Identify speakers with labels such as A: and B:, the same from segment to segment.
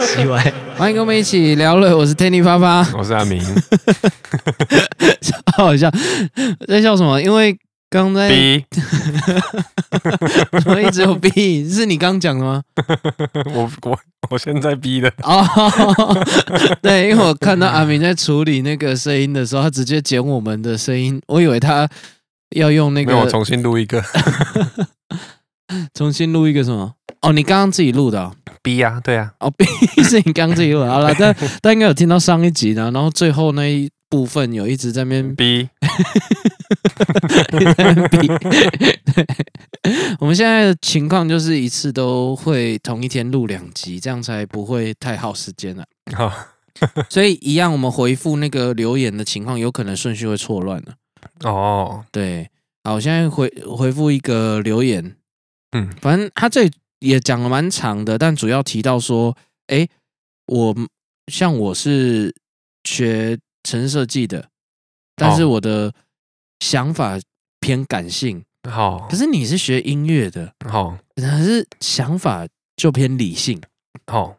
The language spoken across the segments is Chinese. A: 奇怪，
B: 欢迎跟我们一起聊了，我是 Tenny 发发，
C: 我是阿明，
B: 好好笑，在笑什么？因为刚在
C: 第一，
B: 怎么一直有 B，是你刚讲的吗？
C: 我我我现在逼的，
B: 哦、 对，因为我看到阿明在处理那个声音的时候，他直接剪我们的声音，我以为他要用那
C: 没有我
B: 个
C: 重新录一个
B: 重新录一个什么？哦，你刚刚自己录的哦，
C: 逼呀，对啊，
B: 哦 B 是你刚自己录的。好了，但但应该有听到上一集呢，然后最后那一部分有一直在那边
C: 逼
B: 在那边比。对， 我们现在的情况就是一次都会同一天录两集，这样才不会太耗时间了。
C: 好，
B: 所以一样，我们回复那个留言的情况，有可能顺序会错乱了。
C: 哦，
B: 对，好，我现在回回复一个留言，
C: 嗯，
B: 反正他这里也讲了蛮长的，但主要提到说，诶，我像我是学城市设计的，但是
C: 哦
B: 我的想法偏感性，
C: 好
B: 可，是你是学音乐的，
C: 好，
B: 可是想法就偏理性。
C: 好，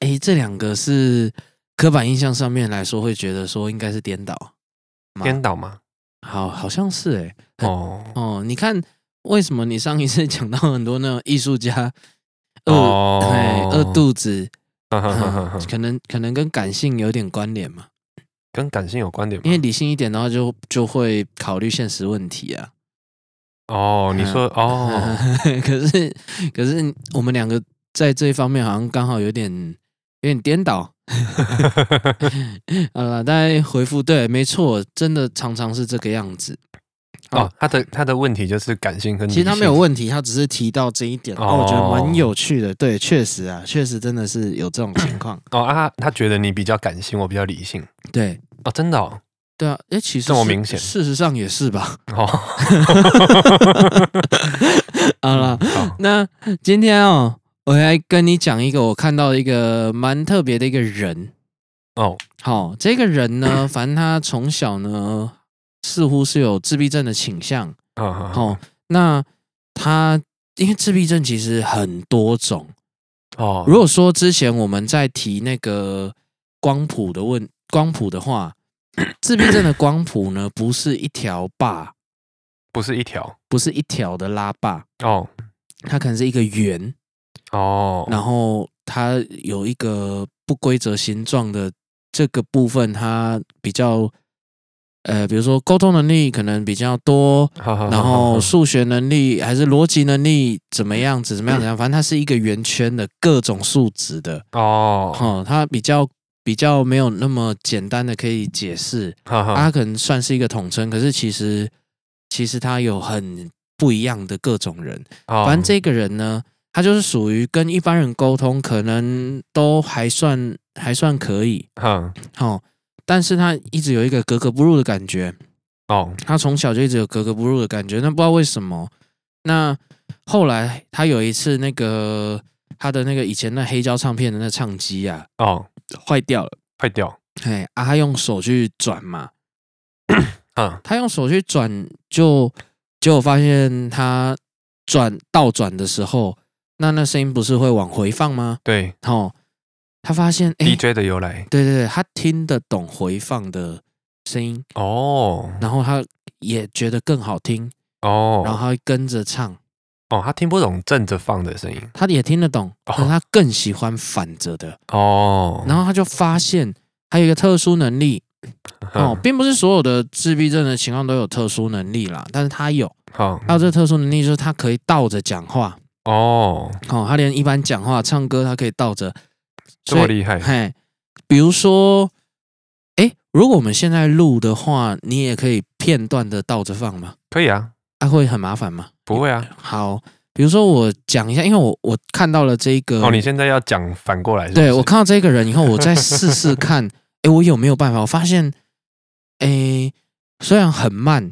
B: 诶，这两个是刻板印象上面来说，会觉得说应该是颠倒。吗
C: 颠倒嘛，
B: 好，好像是诶。
C: 哦，
B: 哦，你看为什么你上一次讲到很多那种艺术家饿、哎
C: 哦，
B: 饿，肚子，
C: 呵呵呵呵
B: 嗯
C: 呵
B: 可能可能跟感性有点关联嘛，
C: 跟感性有关点吗
B: 因为理性一点的话就就会考虑现实问题啊。
C: 哦，你 说哦，
B: 可是可是我们两个在这一方面好像刚好有点有点颠倒。 好了，大家回复对，没错，真的常常是这个样子。
C: 哦，他的他的问题就是感性跟理
B: 其实
C: 性
B: 他没有问题，他只是提到这一点，那、
C: 哦
B: 我觉得蛮有趣的。对，确实啊，确实真的是有这种情况。
C: 哦啊，他觉得你比较感性，我比较理性
B: 对，
C: 哦，真的哦，
B: 对啊，哎，其实
C: 这么
B: 是
C: 明显
B: 事实上也是吧。
C: 哦，嗯
B: 好了，
C: 好，
B: 那今天哦，我来跟你讲一个我看到一个蛮特别的一个人。
C: 哦，
B: 好、这个人呢，反正他从小呢，似乎是有自闭症的倾向。
C: 好好好
B: 哦，那他因为自闭症其实很多种。
C: 哦，
B: 如果说之前我们在提那个光谱的问光谱的话，自闭症的光谱呢，不是一条坝，
C: 不是一条
B: 不是一条的拉坝，
C: 哦
B: 它可能是一个圆，
C: 哦，
B: 然后它有一个不规则形状的这个部分，它比较呃，比如说沟通能力可能比较多，然
C: 然
B: 后数学能力还是逻辑能力怎么样子怎么样怎么样，反正它是一个圆圈的各种数值的，
C: 哦，
B: 哦，它比较比较没有那么简单的可以解释，
C: 哈
B: 啊
C: 哈
B: 它可能算是一个统称，可是其实其实它有很不一样的各种人。
C: 哦
B: 啊反正这个人呢，他就是属于跟一般人沟通可能都还算还算可以，
C: 哼
B: 哦，但是他一直有一个格格不入的感觉，
C: 哦
B: 他从小就一直有格格不入的感觉，那不知道为什么。那后来他有一次那个他的那个以前那黑胶唱片的那唱机啊
C: 哦，
B: 坏掉了。
C: 快掉，
B: 哎啊，他用手去转嘛，
C: 嗯
B: 他用手去转就结果发现他转倒转的时候，那那声音不是会往回放吗？
C: 对
B: 哦，他发现哎，
C: ，DJ 的由来
B: 对对对，他听得懂回放的声音，
C: 哦
B: 然后他也觉得更好听，然后
C: 哦
B: 他会跟着唱，
C: 哦，他听不懂正着放的声音
B: 他也听得懂，
C: 哦
B: 可是他更喜欢反着的，
C: 哦，
B: 然后他就发现还有一个特殊能力哦，
C: 哼
B: 并不是所有的自闭症的情况都有特殊能力啦，但是他有。
C: 好
B: 还有这个特殊能力就是他可以倒着讲话，
C: 哦，
B: 哦，他连一般讲话、唱歌，他可以倒着。
C: 这么
B: 所以
C: 厉害
B: 嘿，比如说，哎，如果我们现在录的话，你也可以片段的倒着放吗？
C: 可以啊，
B: 啊，会很麻烦吗？
C: 不会啊，
B: 好，比如说我讲一下，因为我我看到了这一个，
C: 哦，你现在要讲反过来是
B: 嗯
C: 不是，
B: 对我看到这个人以后，我再试试 看，哎，我有没有办法？我发现，哎，虽然很 慢，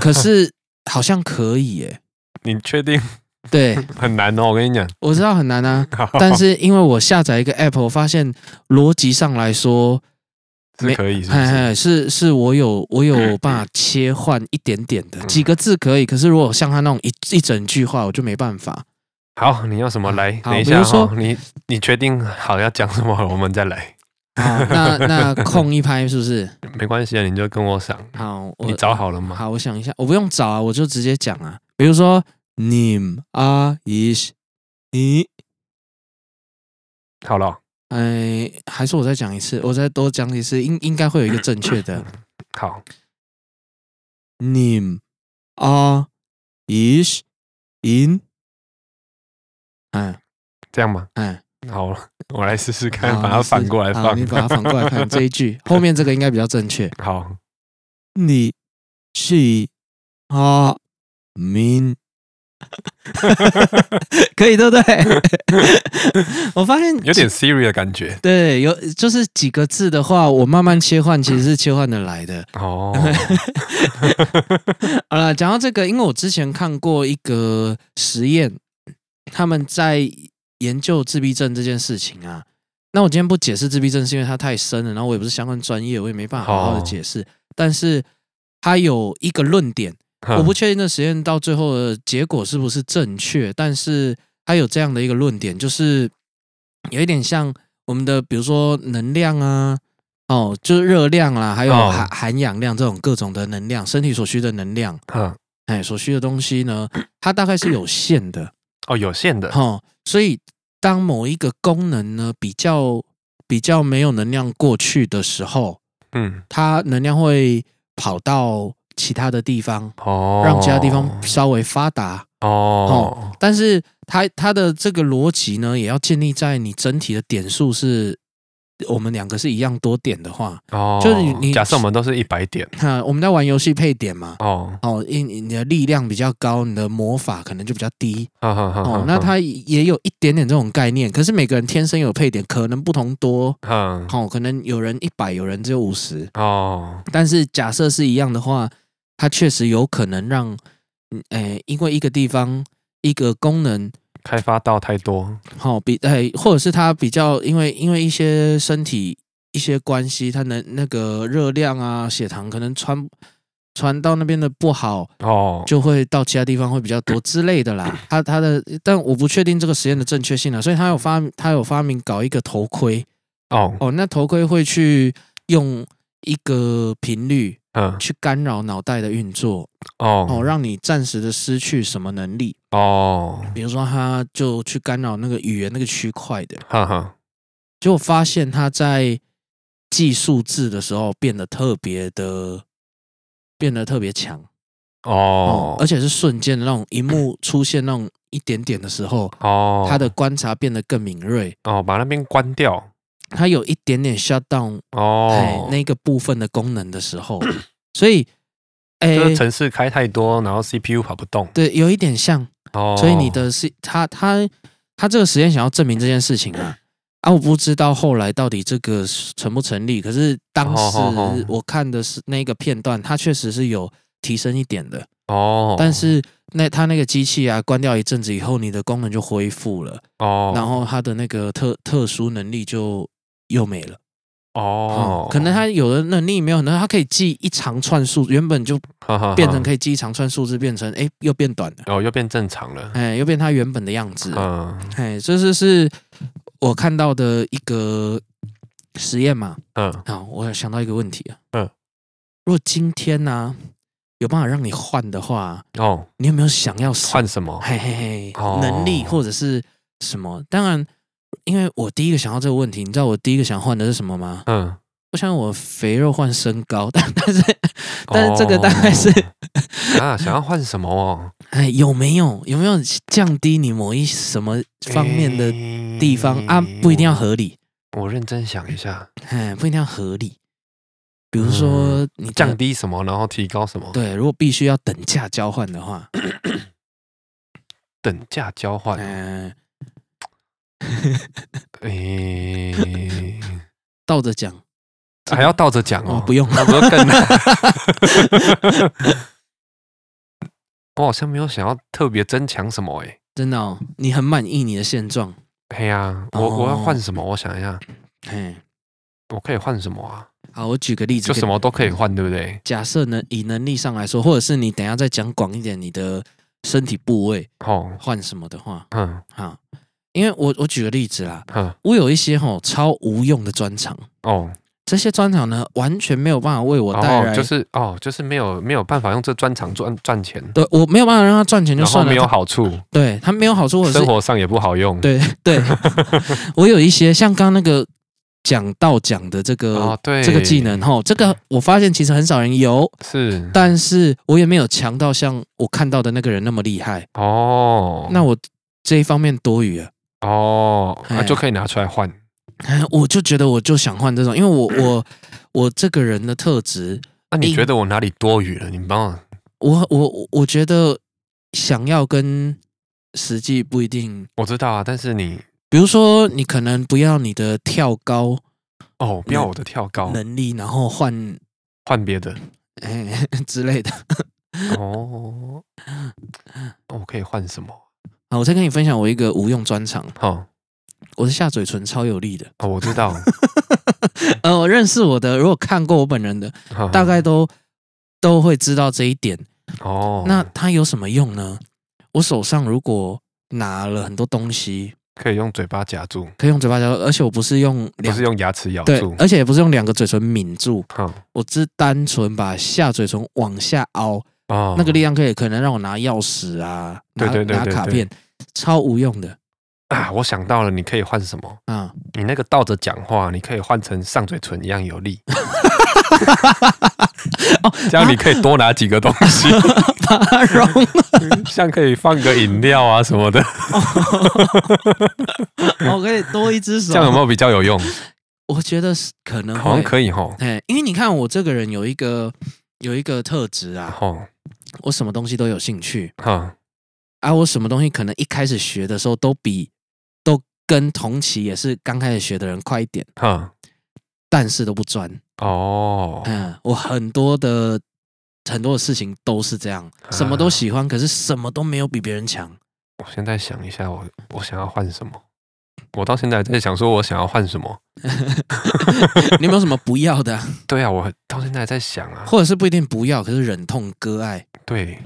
B: 可是好像可以，哎，
C: 你确定
B: 对，
C: 很难哦，我跟你讲，
B: 我知道很难啊。
C: 好
B: 但是因为我下载一个 app，我发现逻辑上来说，没
C: 是可以是不
B: 嘿
C: 是？
B: 嘿，是是我有我有办法切
C: 嗯
B: 换一点点的，几个字可以，可是如果像他那种一一整句话，我就没办法。
C: 好，你要什么来？
B: 好
C: 等一
B: 比
C: 下
B: 如说
C: 哈，你你决定好要讲什么，我们再来，
B: 好，那 那空一拍是不是？
C: 没关系啊，你就跟我想。
B: 好，我
C: 你找好了吗？
B: 好，我想一下，我不用找啊，我就直接讲啊。比如说，你们啊，一起，你，
C: 好了，
B: 哎，还是我再讲一次，我再多讲一次，应应该会有一个正确的。
C: 好，
B: 你们啊，一起，in，哎
C: 这样吗？
B: 哎，
C: 好，我来试试看
B: 好，
C: 把它反过来
B: 好
C: 放
B: 你。把它反过来 看这一句，后面这个应该比较正确。
C: 好，
B: 你是啊 明，可以对不对？ 我发现
C: 有点 Siri 的感觉
B: 对，有就是几个字的话，我慢慢切换，其实是切换的来的。
C: 哦。
B: 好了，讲到这个，因为我之前看过一个实验，他们在研究自闭症这件事情啊。那我今天不解释自闭症，是因为它太深了，然后我也不是相关专业，我也没办法好好的
C: 哦
B: 解释。但是它有一个论点，
C: 嗯
B: 我不确定这实验到最后的结果是不是正确，但是它有这样的一个论点，就是有一点像我们的，比如说能量啊，哦，就是热量啦、还有
C: 哦
B: 含含氧量这种各种的能量，身体所需的能量，
C: 嗯，
B: 哎，所需的东西呢， 它大概是有限的，
C: 哦，有限的，
B: 哦，所以当某一个功能呢比较比较没有能量过去的时候，
C: 嗯，
B: 它能量会跑到其他的地方，
C: 哦，
B: 让其他地方稍微发达。
C: 哦，
B: 但是它它的这个逻辑呢，也要建立在你整体的点数是，我们两个是一样多点的话，
C: 哦，
B: 就是你你
C: 假设我们都是一百点，
B: 那我们在玩游戏配点嘛，
C: 哦，
B: 哦，因你的力量比较高，你的魔法可能就比较低，
C: 哈哈哈
B: 哦
C: 哈，
B: 那它也有一点点这种概念，可是每个人天生有配点，可能不同多。
C: 嗯，
B: 哦，可能有人一百，有人只有五十，
C: 哦，
B: 但是假设是一样的话，它确实有可能让，嗯诶，因为一个地方一个功能
C: 开发到太多，
B: 好、比哎，或者是他比较因为因为一些身体一些关系，他能那个热量啊、血糖可能传传到那边的不好，
C: 哦，
B: 就会到其他地方会比较多之类的啦。他他的，但我不确定这个实验的正确性啊，所以他有发他有发明搞一个头盔
C: 哦，
B: 哦，那头盔会去用一个频率
C: 嗯，
B: 去干扰脑袋的运作哦，
C: 哦，
B: 让你暂时的失去什么能力，
C: 哦，
B: 比如说他就去干扰那个语言那个区块的。
C: 哈哈，
B: 结果发现他在记数字的时候变得特别的，变得特别强哦
C: 哦，
B: 而且是瞬间的那种荧幕出现那种一点点的时候，
C: 哦，
B: 他的观察变得更敏锐，
C: 哦，把那边关掉，
B: 他有一点点 shut down 哎、
C: 哦，
B: 那个部分的功能的时候，所以哎、
C: 就是城市开太多，然后 CPU 跑不动，
B: 对，有一点像，
C: 哦，
B: 所以你的是他他他这个实验想要证明这件事情啊。啊，我不知道后来到底这个是成不成立，可是当
C: 哦哦哦
B: 时我看的是那个片段，它确实是有提升一点的，
C: 哦，
B: 但是那它那个机器啊，关掉一阵子以后，你的功能就恢复了，
C: 哦，
B: 然后它的那个特特殊能力就又没了。
C: 哦
B: 嗯，可能它有的能力没有，那它可以记一长串数，原本就
C: 它
B: 变成可以记一长串数字，变成哎又变短了，
C: 哦，又变正常了。
B: 哎又变它原本的样子了。
C: 嗯
B: 哎，这是是我看到的一个实验嘛。
C: 嗯，
B: 好，我想到一个问题啊。
C: 嗯。
B: 如果今天呢、有办法让你换的话，
C: 哦，
B: 你有没有想要什么？
C: 换什么？
B: 嘿嘿嘿，
C: 哦
B: 能力或者是什么？当然，因为我第一个想到这个问题，你知道我第一个想换的是什么吗？
C: 嗯，
B: 我想我肥肉换身高， 但但是但是这个大概是
C: 哦啊，想要换什么哦？
B: 哎，有没有有没有降低你某一什么 方面的地方、啊？不一定要合理，
C: 我。我认真想一下，
B: 哎，不一定要合理。比如
C: 嗯
B: 说你的
C: 降低什么，然后提高什么？
B: 对，如果必须要等价交换的话，
C: 等价交换。
B: 嗯、
C: 诶，
B: 倒着讲
C: 还要倒着讲
B: 哦
C: 哦，，
B: 不用，
C: 那不是更难？ 我好像没有想要特别增强什么诶。
B: 真的、哦，你很满意你的现状，
C: 嘿呀，我
B: 哦
C: 我要换什么？我想一下，
B: 哎，
C: 我可以换什么啊？
B: 好，我举个例子，
C: 就什么都可以换，对不对？
B: 假设能以能力上来说，或者是你等一下再讲广一点你的身体部位
C: 哦，
B: 换什么的话
C: 嗯
B: 啊，因为我我举个例子啦，
C: 哼，
B: 我有一些吼超无用的专长，
C: 哦
B: 这些专长呢完全没有办法为我带来，
C: 哦，就是哦，就是没有没有办法用这专长赚赚钱，
B: 对我没有办法让它赚钱就
C: 然后
B: 算了，
C: 没有
B: 它
C: 好处，
B: 对它没有好处，或者
C: 生
B: 是
C: 活上也不好用。
B: 对 对，我有一些像刚刚那个讲到讲的这个、
C: 哦，对，
B: 这个技能吼，这个我发现其实很少人有，
C: 是
B: 但是我也没有强到像我看到的那个人那么厉害，
C: 哦，
B: 那我这一方面多余了。
C: 哦，那
B: 哎
C: 就可以拿出来换
B: 哎我就觉得我就想换这种，因为我我我这个人的特质，
C: 那你
B: 硬
C: 觉得我哪里多余了？你帮我
B: 我我我我觉得想要跟实际不一定。
C: 我知道啊，但是你
B: 比如说，你可能不要你的跳高
C: 哦，不要我的跳高，
B: 能力，然后换
C: 换别的
B: 哎 之类的。
C: 哦。那我可以换什么？
B: 好，我再跟你分享我一个无用专长，
C: 好、
B: 我的下嘴唇超有力的。
C: 哦，我 知道，
B: 呃，我认识我的，如果看过我本人的，
C: 哈哈
B: 大概都都会知道这一点。
C: 哦，
B: 那它有什么用呢？我手上如果拿了很多东西，
C: 可以用嘴巴夹住，
B: 可以用嘴巴嚼，而且我不是用
C: 不
B: 两
C: 是用牙齿咬
B: 对呃
C: 住，，
B: 而且也不是用两个嘴唇抿住，
C: 好、
B: 我只单纯把下嘴唇往下凹，
C: 哦，
B: 那个力量可以可能让我拿钥匙啊，拿
C: 对对对
B: 拿
C: 对
B: 卡
C: 对
B: 片，超无用的
C: 啊，我想到了，你可以换什么？
B: 啊！
C: 你那个倒着讲话，你可以换成上嘴唇一样有 力，这样你可以多拿几个东西，
B: 啊巴荣
C: 像可以放个饮料啊什么的，
B: 我可以多一只手
C: 这，样有没有比较有用？
B: 我觉得是可能
C: 好像
B: 会，
C: 可以吼，
B: 哎，因为你看我这个人有一个有一个特质啊，
C: 吼，
B: 我什么东西都有兴趣
C: 哈，
B: 啊，我什么东西可能一开始学的时候都比都跟同期也是刚开始学的人快一点，
C: 哈，
B: 但是都不专。
C: 哦，
B: 嗯，我很多的很多的事情都是这样，
C: 啊
B: 什么都喜欢，可是什么都没有比别人强。
C: 我现在想一下我，我想要换什么？我到现在还在想，说我想要换什么？
B: 你有没有什么不要的啊、
C: 对啊，我到现在还在想啊，
B: 或者是不一定不要，可是忍痛割爱，
C: 对，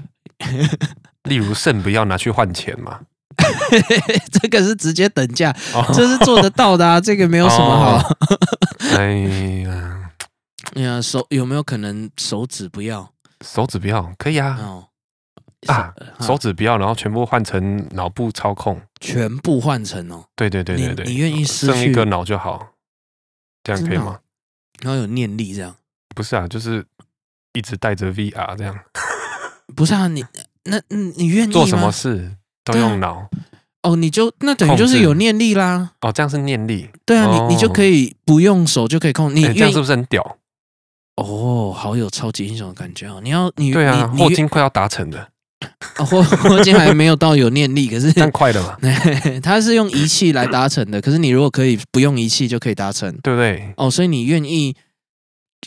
C: 例如肾不要拿去换钱嘛，
B: 这个是直接等价，
C: 哦，
B: 这是做得到的啊，这个没有什么好。
C: 哎呀，
B: 哎呀，手有没有可能手指不要？
C: 手指不要，可以啊，
B: 哦，呃
C: 啊
B: 手
C: 手指不要，然后全部换成脑部操控，
B: 全部换成哦，
C: 对对对对
B: 你你
C: 对，
B: 愿意失
C: 剩
B: 去
C: 一，个脑就好，这样可以
B: 真的
C: 吗
B: 哦？然后有念力这样？
C: 不是啊，就是一直带着 VR 这样，
B: 不是啊，你那嗯你愿意吗
C: 做什么事都
B: 对啊
C: 用脑
B: 哦，你就那等于就
C: 控
B: 是
C: 制
B: 有念力啦。
C: 哦，这样是念力，
B: 对啊，你你就
C: 哦
B: 可以不用手就可以控，你
C: 哎这
B: 愿
C: 样
B: 意
C: 是不是很屌？
B: 哦，好有超级英雄的感觉哦。你要你
C: 对啊，
B: 你你
C: 霍金快要达成了，
B: 哦 霍霍金还没有到有念力，可是
C: 但快了嘛，
B: 他是用仪器来达成的。可是你如果可以不用仪器就可以达成
C: 对不对？
B: 哦，所以你愿意，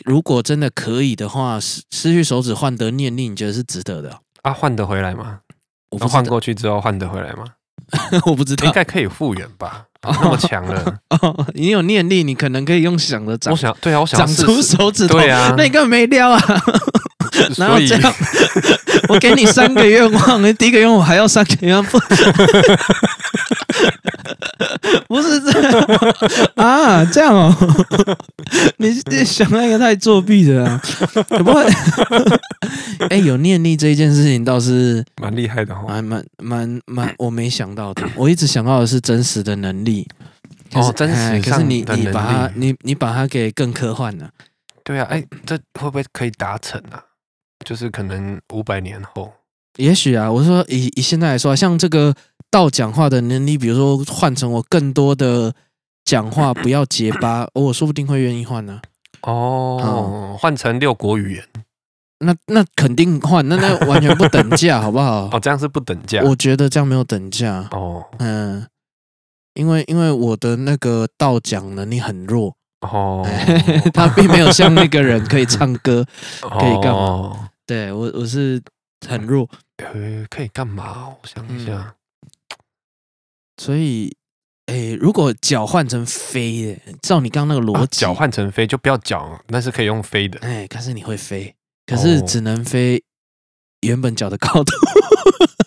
B: 如果真的可以的话，失失去手指换得念力，你觉得是值得的哦？
C: 啊，换得回来吗？
B: 我不知道
C: 那
B: 哦
C: 换，过去之后换得回来吗？
B: 我不知
C: 应
B: 道。
C: 该可以复原吧？那么强了，
B: 哦，你有念力，你可能可以用想 的长
C: 我想对啊，我想要
B: 长
C: 试
B: 出
C: 试，
B: 手指头，
C: 对啊
B: 那你根本没撩啊。哪
C: 所
B: 有
C: 以
B: 这样？ 我给你三个愿望，你第一个愿望我还要三个愿望，不， 不是这样啊？这样哦， 你你想那个太作弊了、 啊，不过，哎、有念力这一件事情倒是
C: 蛮厉害的哦。
B: 蛮蛮蛮蛮，我没想到的，我一直想到的是真实的能力。可是
C: 哦真实
B: 哎可是
C: 上
B: 你
C: 的
B: 你
C: 能
B: 把它
C: 力
B: 你你把它给更科幻了，
C: 对啊，哎，这会不会可以达成啊？就是可能五百年后，
B: 也许啊，我说以以现在来说啊，像这个道讲话的能力，比如说换成我更多的讲话不要结 巴，哦我说不定会愿意换啊呢、
C: 哦，换成六国语言，
B: 那那肯定换，那那完全不等 价，好不好？
C: 哦，这样是不等价。
B: 我觉得这样没有等价，
C: 哦
B: 嗯，因为因为我的那个道讲能力很弱，
C: 哦
B: 他并没有像那个人可以唱 歌， 可以干嘛
C: 哦
B: 对我我是很弱，
C: 呃，可以干嘛？我想
B: 嗯
C: 一下，啊
B: 所以。诶，如果脚换成飞的，照你刚刚那个逻
C: 啊
B: 辑，
C: 脚换成飞就不要脚，但是可以用飞的。
B: 哎，可是你会飞，可是
C: 哦
B: 只能飞原本脚的高度。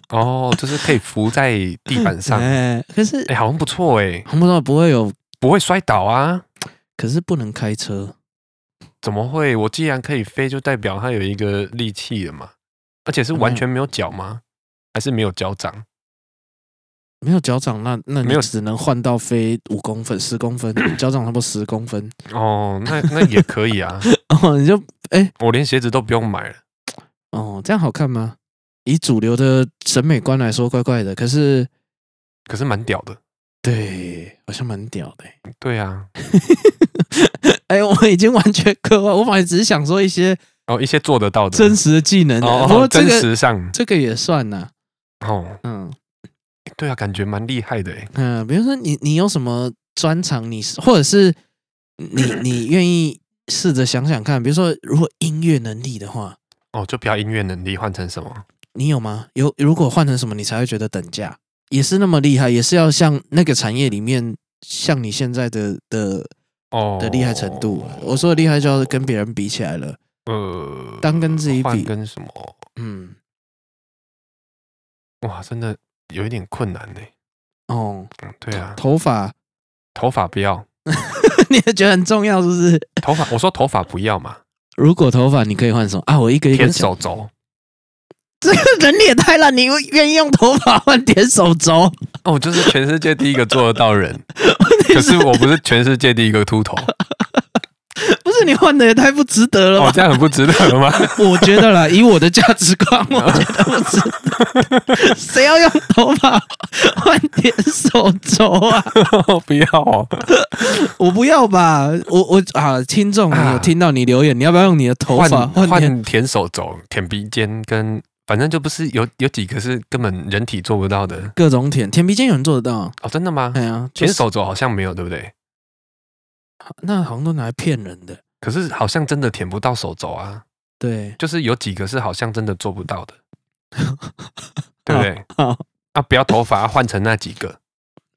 C: 哦，就是可以浮在地板上，哎、
B: 哎，可是
C: 好像不错哎、
B: 红不道不会有，
C: 不会摔倒啊？
B: 可是不能开车。
C: 怎么会？我既然可以飞，就代表它有一个力气了嘛，而且是完全没有脚
B: 嗯
C: 吗？还是没有 脚掌？
B: 没有脚掌，那那你
C: 没有
B: 只能换到飞五公分、十公 分，脚掌差不多十公分，
C: 哦，那那也可以啊，
B: 哦，你就
C: 我连鞋子都不用买了。
B: 哦，这样好看吗？以主流的审美观来说，怪怪的，可是
C: 可是蛮屌的，
B: 对，好像蛮屌的欸。
C: 对啊，
B: 哎，我已经完全渴望，我反而只是想说一些
C: 哦，一些做得到的，
B: 真实的技能啊，不
C: 哦，
B: 过这
C: 真
B: 个
C: 实上
B: 这个也算呐，
C: 哦，
B: 嗯
C: 对啊，感觉蛮厉害的欸诶。
B: 嗯，比如说你你有什么专长，你是或者是 你你愿意试着想想看，比如说如果音乐能力的话，
C: 哦，就不要音乐能力换成什么？
B: 你有吗？有，如果换成什么，你才会觉得等价也是那么厉害，也是要像那个产业里面像你现在的的
C: 哦
B: 的厉害程度。啊我说的厉害，就要跟别人比起来了。
C: 呃，
B: 当跟自己比
C: 换跟什么？
B: 嗯，
C: 哇，真的有一点困难呢。
B: 哦，
C: 嗯，对啊，
B: 头发
C: 头发不要，
B: 你也觉得很重要，是不是？
C: 头发，我说头发不要嘛，
B: 如果头发你可以换什么啊？我一个一个
C: 舔
B: 讲。
C: 手肘。
B: 这个 人也太烂，你愿意用头发换点手肘？
C: 哦，我就是全世界第一个做得 到人，可是我不是全世界第一个秃头，
B: 不是你换的也太不值得了
C: 哦
B: 吧，？
C: 这样很不值得吗？
B: 我觉得啦，以我的价值观，我觉得不值得。谁要用头发换点手肘啊？
C: 不要哦，
B: 我不要吧。我我啊，听众，你有听到你留言，你要不要用你的头发
C: 换
B: 换点？
C: 换舔手肘、舔鼻尖跟。反正就不是有有几个是根本人体做不到的
B: 各种舔，舔鼻尖有人做得到？
C: 哦，真的吗？
B: 哎呀，就
C: 舔
B: 是
C: 手肘好像没有，对不对？
B: 那好像都拿来骗人的。
C: 可是好像真的舔不到手肘啊，
B: 对，
C: 就是有几个是好像真的做不到 的，对不对？
B: 好
C: 啊，不要头发换成那几个，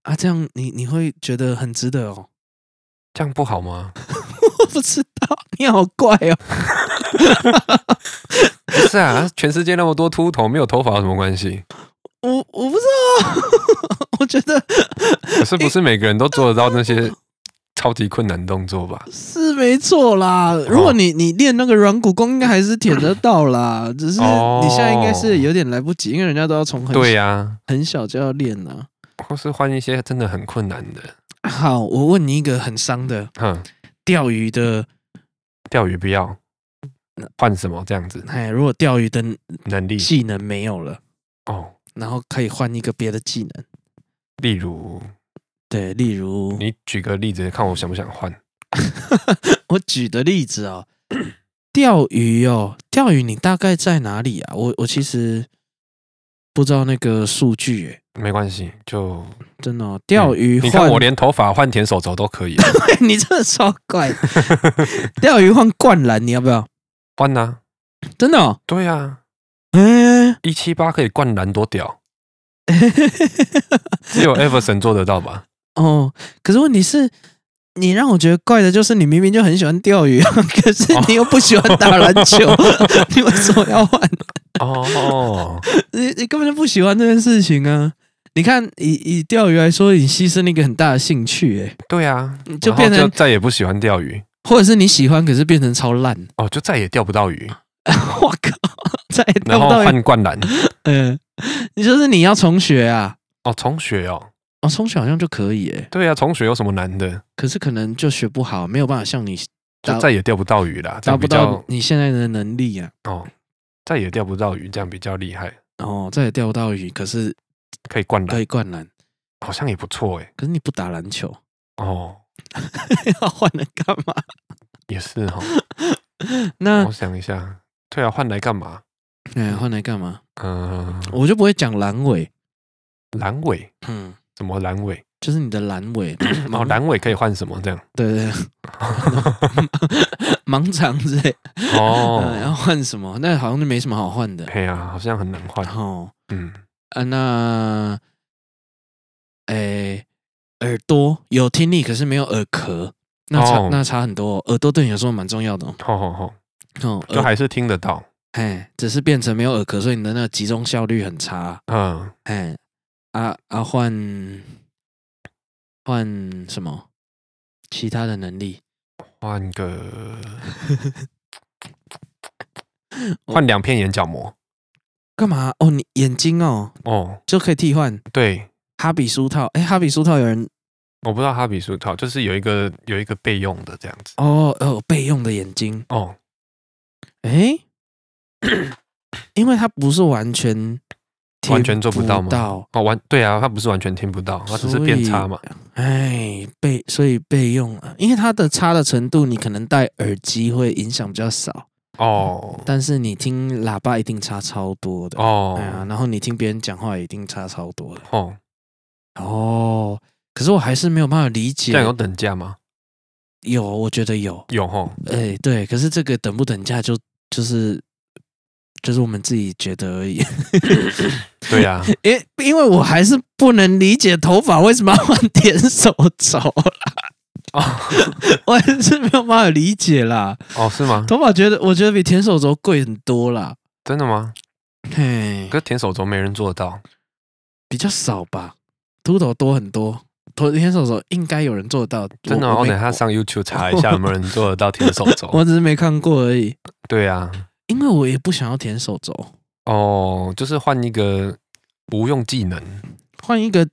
B: 啊，这样你你会觉得很值得哦。
C: 这样不好吗？
B: 我不知道，你好怪哦。
C: 不是啊， 全世界那么多秃头，没有头发有什么关系？
B: 我我不知道啊，我觉得
C: 可是不是每个人都做得到那些超级困难动作吧？
B: 是没错啦。如果你你练那个软骨功，应该还是舔得到 啦。只是你现在应该是有点来不及，因为人家都要从 很
C: 对呀、
B: 很小就要练啊啦。
C: 或是换一些真的很困难的，
B: 好，我问你一个很伤的，
C: 哼，
B: 钓鱼的，
C: 钓鱼不要，
B: 嗯
C: 换什么这样子
B: 哎，如果钓鱼的
C: 能力
B: 技能没有了，
C: 哦？
B: 然后可以换一个别的技能，
C: 例如，
B: 对，例如
C: 你举个例子看我想不想换？
B: 我举的例子哦， 钓鱼哦，钓鱼你大概在哪里啊？我我其实不知道那个数据耶，
C: 没关系，就
B: 真的、哦，钓鱼
C: 嗯你
B: 换、
C: 看我连头发换舔手肘都可以
B: 你真的超怪， 钓鱼换灌篮你要不要？
C: 换呐、啊，
B: 真的、哦，
C: 对啊，
B: 嗯、
C: 一七八可以灌篮多屌，只有 Everson 做得到吧？
B: 哦，可是问题是。你让我觉得怪的就是，你明明就很喜欢钓鱼、 啊，可是你又不喜欢打篮球， 你为什么要换？
C: 哦，
B: 你你根本就不喜欢这件事情啊！你看，以以钓鱼来说，你牺牲了一个很大的兴趣、欸，
C: 对啊，
B: 就
C: 然后
B: 变成
C: 就再也不喜欢钓鱼
B: 或者是你喜欢，可是变成超 烂，
C: 哦，就再也钓不到鱼，
B: 我靠，再也
C: 然
B: 钓
C: 后
B: 不到鱼。
C: 换灌篮
B: 嗯，你就是你要重学啊，
C: 哦，重学哦，
B: 哦，重学好像就可以欸诶，
C: 对啊，重学有什么难的？
B: 可是可能就学不好，没有办法像你
C: 就
B: 达
C: 再也钓不到鱼啦，这
B: 达
C: 样
B: 不
C: 比较
B: 到你现在的能力啊。
C: 哦，再也钓不到鱼，这样比较厉害，
B: 哦，再也钓不到鱼，可是
C: 可以灌
B: 可
C: 篮，
B: 以灌篮，
C: 好像也不错哎，
B: 可是你不打篮球，
C: 哦，
B: 要换了干嘛？
C: 也是 哈，
B: 那
C: 我想一下，对啊，换来干嘛？
B: 哎，换来干嘛？
C: 嗯、
B: 我就不会讲阑尾，
C: 阑尾，
B: 嗯，
C: 怎么阑尾？
B: 就是你的阑尾，
C: 哦，阑尾可以换什么？这样
B: 对对 对，盲肠之类，嗯，
C: 哦，
B: 要换什么？那好像就没什么好换的。
C: 哎呀、好像很难换。
B: 哦，
C: 嗯，
B: 啊，那，诶，耳朵有听力，可是没有耳壳，那差、
C: 哦
B: 那差很多哦、耳朵对你来说蛮重要的哦。
C: 吼吼吼，
B: 哦，
C: 就
B: 耳
C: 还是听得到。
B: 哎，只是变成没有耳壳，所以你的那个集中效率很差。
C: 嗯，
B: 哎，啊啊，换换什么？其他的能力？
C: 换个 换两片眼角膜
B: 干嘛？哦，你眼睛哦
C: 哦，
B: 就可以替换
C: 对，
B: 哈比书套。哎，哈比书套有人
C: 我不知道哈比数套，就是有一个有一个备用的这样子
B: 哦哦备用的眼睛。
C: 哦，
B: 哎， 因为它不是完全听
C: 完全做不到吗
B: 到
C: 哦完对啊，它不是完全听不到，它只是变差嘛，
B: 哎，备所以备用啊，因为它的差的程度，你可能戴耳机会影响比较少，
C: 哦
B: 但是你听喇叭一定差超多的。哎呀，
C: 哦
B: 然后你听别人讲话也一定差超多的。
C: 哦，
B: 哦，可是我还是没有办法理解
C: 这。样有等价吗？
B: 有，我觉得有。
C: 有吼，
B: 哎，对，可是这个等不等价就就是就是我们自己觉得而已。
C: 对啊，
B: 因因为我还是不能理解头发为什么要换点手肘啦，
C: 哦
B: 我还是没有办法理解啦。
C: 哦是吗？
B: 头发觉得我觉得比舔手肘贵很多啦，
C: 真的吗？
B: 嘿
C: 可，是舔手肘没人做到
B: 比较少吧，秃头多很多，头舔手肘应该有人做到，
C: 真的
B: 我
C: 哦，
B: 我
C: 我
B: 没。
C: 等下上 YouTube 查一下有没有人做得到舔手肘
B: 我只是没看过而已，
C: 对啊，
B: 因为我也不想要舔手肘，
C: 哦，就是换一个无用技能，
B: 换一个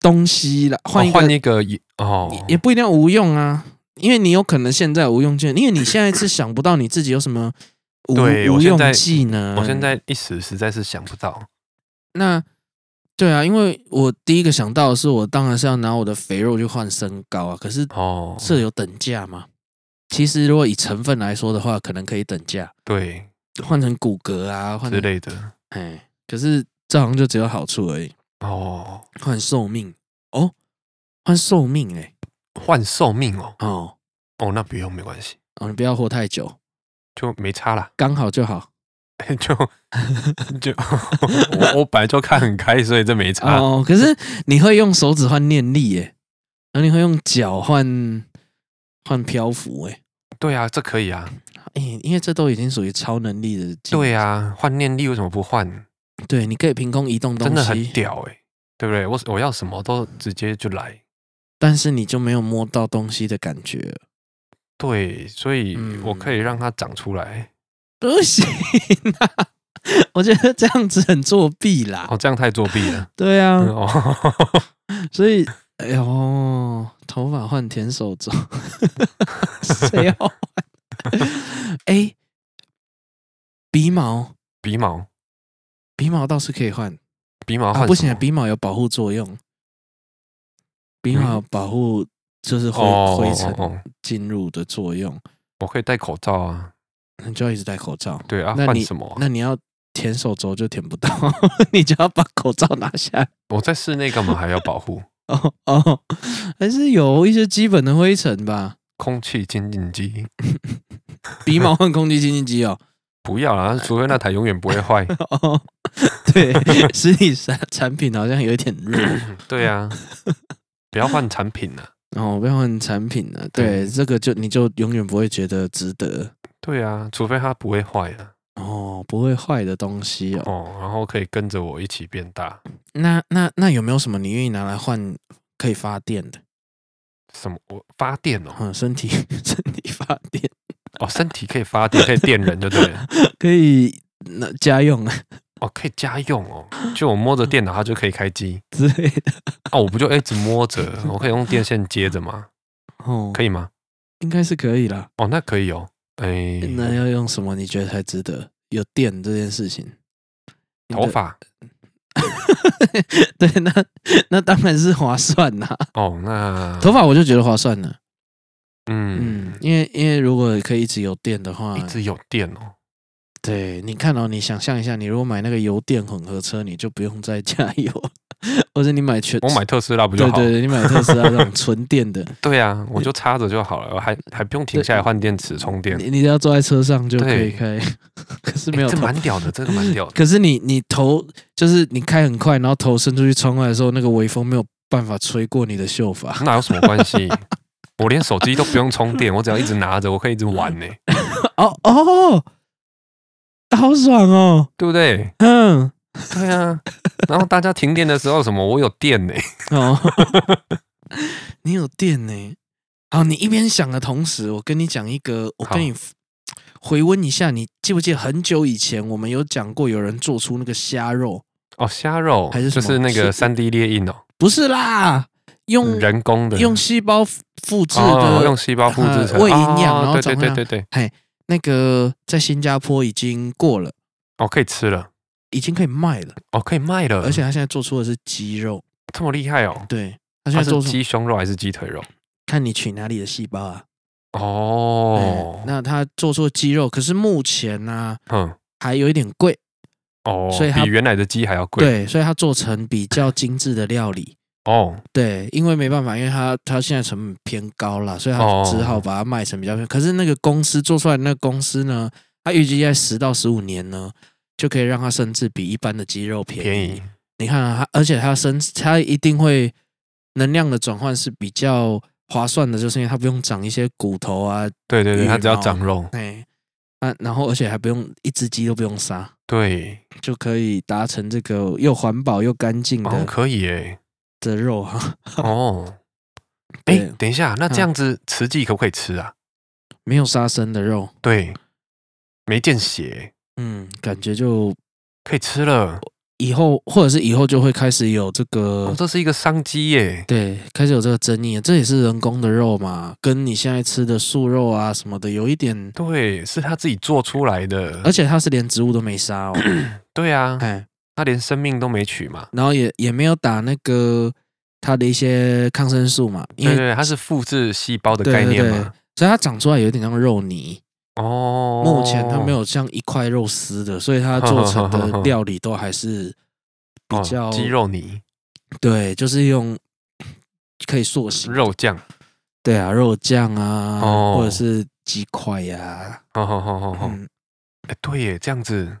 B: 东西啦，换一
C: 哦
B: 个、
C: 换一个也哦
B: 也也不一定要无用啊，因为你有可能现在无用技能，因为你现在是想不到你自己有什么无
C: 对我
B: 无
C: 现
B: 用
C: 在
B: 技能。
C: 我现在一时实在是想不到。
B: 那对啊，因为我第一个想到的是，我当然是要拿我的肥肉去换身高啊。可是
C: 哦，
B: 这有等价吗？其实如果以成分来说的话，可能可以等价，
C: 对
B: 换成骨骼啊，换
C: 之
B: 成
C: 类的。
B: 哎，可是这好像就只有好处而已，
C: 哦，
B: 换寿命哦，换寿命哎、
C: 换寿命哦，
B: 哦
C: 哦，那不用没关系，
B: 哦，你不要活太久，
C: 就没差啦，
B: 刚好就好。
C: 就就我我本来就看很开，所以这没差。
B: 哦，可是你会用手指换念力耶，然后你会用脚换换漂浮哎，
C: 对啊，这可以啊，
B: 哎、因为这都已经属于超能力的技能。
C: 对啊，换念力为什么不换？
B: 对，你可以凭空移动东
C: 真
B: 西，
C: 的很屌哎、对不对？我我要什么都直接就来。
B: 但是你就没有摸到东西的感觉了，
C: 对，所以
B: 嗯
C: 我可以让它长出来。
B: 不行啊！ 我觉得这样子很作弊啦。
C: 哦，这样太作弊了。
B: 对啊，
C: 嗯哦，
B: 所以哎呦，头发换舔手肘， 谁要换？ 哎、鼻毛，
C: 鼻毛，
B: 鼻毛倒是可以换
C: 鼻毛换、
B: 啊，不行啊，鼻毛有保护作用，鼻毛有保护就是灰、
C: 嗯哦
B: 灰
C: 哦哦
B: 尘
C: 哦，
B: 进入的作用，
C: 我可以戴口罩啊。
B: 你就要一直戴口罩。
C: 对啊，
B: 那
C: 换
B: 你
C: 什么啊、
B: 那你要舔手肘就舔不到， 你就要把口罩拿下来。
C: 我在室内干嘛还要保护？
B: 哦哦，还是有一些基本的灰尘吧。
C: 空气清净机
B: 鼻毛换空气清净机哦。
C: 不要 啦，除非那台永远不会坏。
B: 哦，对，实体产产品好像有点弱。
C: 对啊，不要换产品了。
B: 哦，不要换产品了。对，
C: 对
B: 这个就你就永远不会觉得值得。
C: 对啊，除非它不会坏了。
B: 哦，不会坏的东西哦。
C: 哦，然后可以跟着我一起变大。
B: 那那那有没有什么你愿意拿来换可以发电的？
C: 什么？我发电哦，
B: 嗯，身体 身体发电
C: 哦，身体可以发电，可以电人就对了。
B: 可以那家用啊
C: 哦，可以家用哦，就我摸着电脑，它就可以开机。
B: 之类的。
C: 啊，我不就一直摸着，我可以用电线接着吗？
B: 哦，
C: 可以吗？
B: 应该是可以啦。
C: 哦，那可以哦。哎，
B: 那要用什么？你觉得才值得？有电这件事 情，你的
C: 头发
B: 对，那那当然是划算啦。
C: 哦，那
B: 头发我就觉得划算了，嗯
C: 嗯，，
B: 因为因为如果可以一直有电的话
C: 一，直有电哦。
B: 对，你看哦，你想象一下，你如果买那个油电混合车，你就不用再 加油，或者你买全，
C: 我买特斯拉不就
B: 对
C: 好了？
B: 对对，你买特斯拉那种纯电的，
C: 对啊，我就插着就好了，我还还不用停下来换电池充电。
B: 你你只要坐在车上就可以
C: 对
B: 开， 可是
C: 诶
B: 没有
C: 哎这
B: 头
C: 蛮屌的，这个蛮 屌的。
B: 可是你你头就是你开很快，然后头伸出去窗外的时候，那个微风没有办法吹过你的秀 发。
C: 那有什么关系？我连手哦机都不用充电，我只要一直拿着，我可以一直玩呢、
B: 哦哦，好爽哦，
C: 对不对？
B: 嗯，
C: 对啊。然后大家停电的时候，什么我有电呢、
B: 哦， 你有电呢。好，你一边想的同时，我跟你讲一个，我
C: 好
B: 跟你回温一下，你记不记得很久以前我们有讲过，有人做出那个虾肉？
C: 哦，虾肉
B: 还是什
C: 就
B: 么
C: 是那个
B: 是
C: 三 D 列印哦，
B: 不是啦，用
C: 嗯人工的，
B: 用细胞复制
C: 哦，用
B: 的
C: 细胞复制成
B: 呃喂营养
C: 哦
B: 然后
C: 对
B: 长
C: 对
B: 那
C: 对
B: 样
C: 对对，
B: 那个，在新加坡已经过了，
C: 哦，可以吃了，
B: 已经可以卖了，
C: 哦，可以卖了，
B: 而且他现在做出的是鸡肉，
C: 这么厉害哦。
B: 对他现
C: 它
B: 在做
C: 是
B: 出
C: 鸡胸肉还是鸡腿肉？
B: 看你取哪里的细胞啊。
C: 哦
B: 哎，那他做出鸡肉，可是目前呢、
C: 嗯，
B: 还有一点贵，
C: 哦，
B: 哎所以它
C: 比原来的鸡还要贵。
B: 对，所以他做成比较精致的料理。
C: 哦，
B: 对，因为没办法，因为他他现在成本偏高啦，所以他
C: 哦
B: 只好把它卖成比较便宜。可是那个公司做出来的那个公司呢，它预计在十到十五年呢，就可以让它甚至比一般的鸡肉便宜。
C: 便宜
B: 你看、啊，它而且它生它一定会能量的转换是比较划算的，就是因为它不用长一些骨头啊，
C: 对对对，
B: 羽
C: 它只要
B: 毛
C: 长肉，
B: 哎、啊，然后而且还不用一只鸡都不用杀，
C: 对，
B: 就可以达成这个又环保又干净的、
C: 哦，可以诶，
B: 的肉哈。
C: 哦， 哎
B: 对，
C: 等一下，那这
B: 嗯
C: 样子慈济可不可以吃啊？
B: 没有杀生的肉，
C: 对，没见血，
B: 嗯，感觉就
C: 可以吃了，
B: 以后或者是以后就会开始有这个，
C: 哦，这是一个商机耶。
B: 对，开始有这个争议了，这也是人工的肉嘛，跟你现在吃的素肉啊什么的有一点，
C: 对，是他自己做出来
B: 而
C: 的。
B: 且它是连植物都没杀哦，
C: 对啊，
B: 哎，
C: 他连生命都没取嘛。
B: 然后也也没有打那个它的一些抗生素嘛，因
C: 对
B: 为
C: 对，它是复制细胞的
B: 对
C: 概
B: 对
C: 念
B: 对
C: 嘛。
B: 所以它长出来有点像肉泥，
C: 哦，
B: 目前它没有像一块肉丝的，所以它做成的料理都还是比
C: 哦
B: 较
C: 鸡肉泥、
B: 对，就是用可以塑形
C: 肉酱。
B: 对啊，肉酱啊，
C: 哦
B: 或者是鸡块呀、
C: 哦哦哦哦哦，
B: 嗯，
C: 哎，对耶，这样子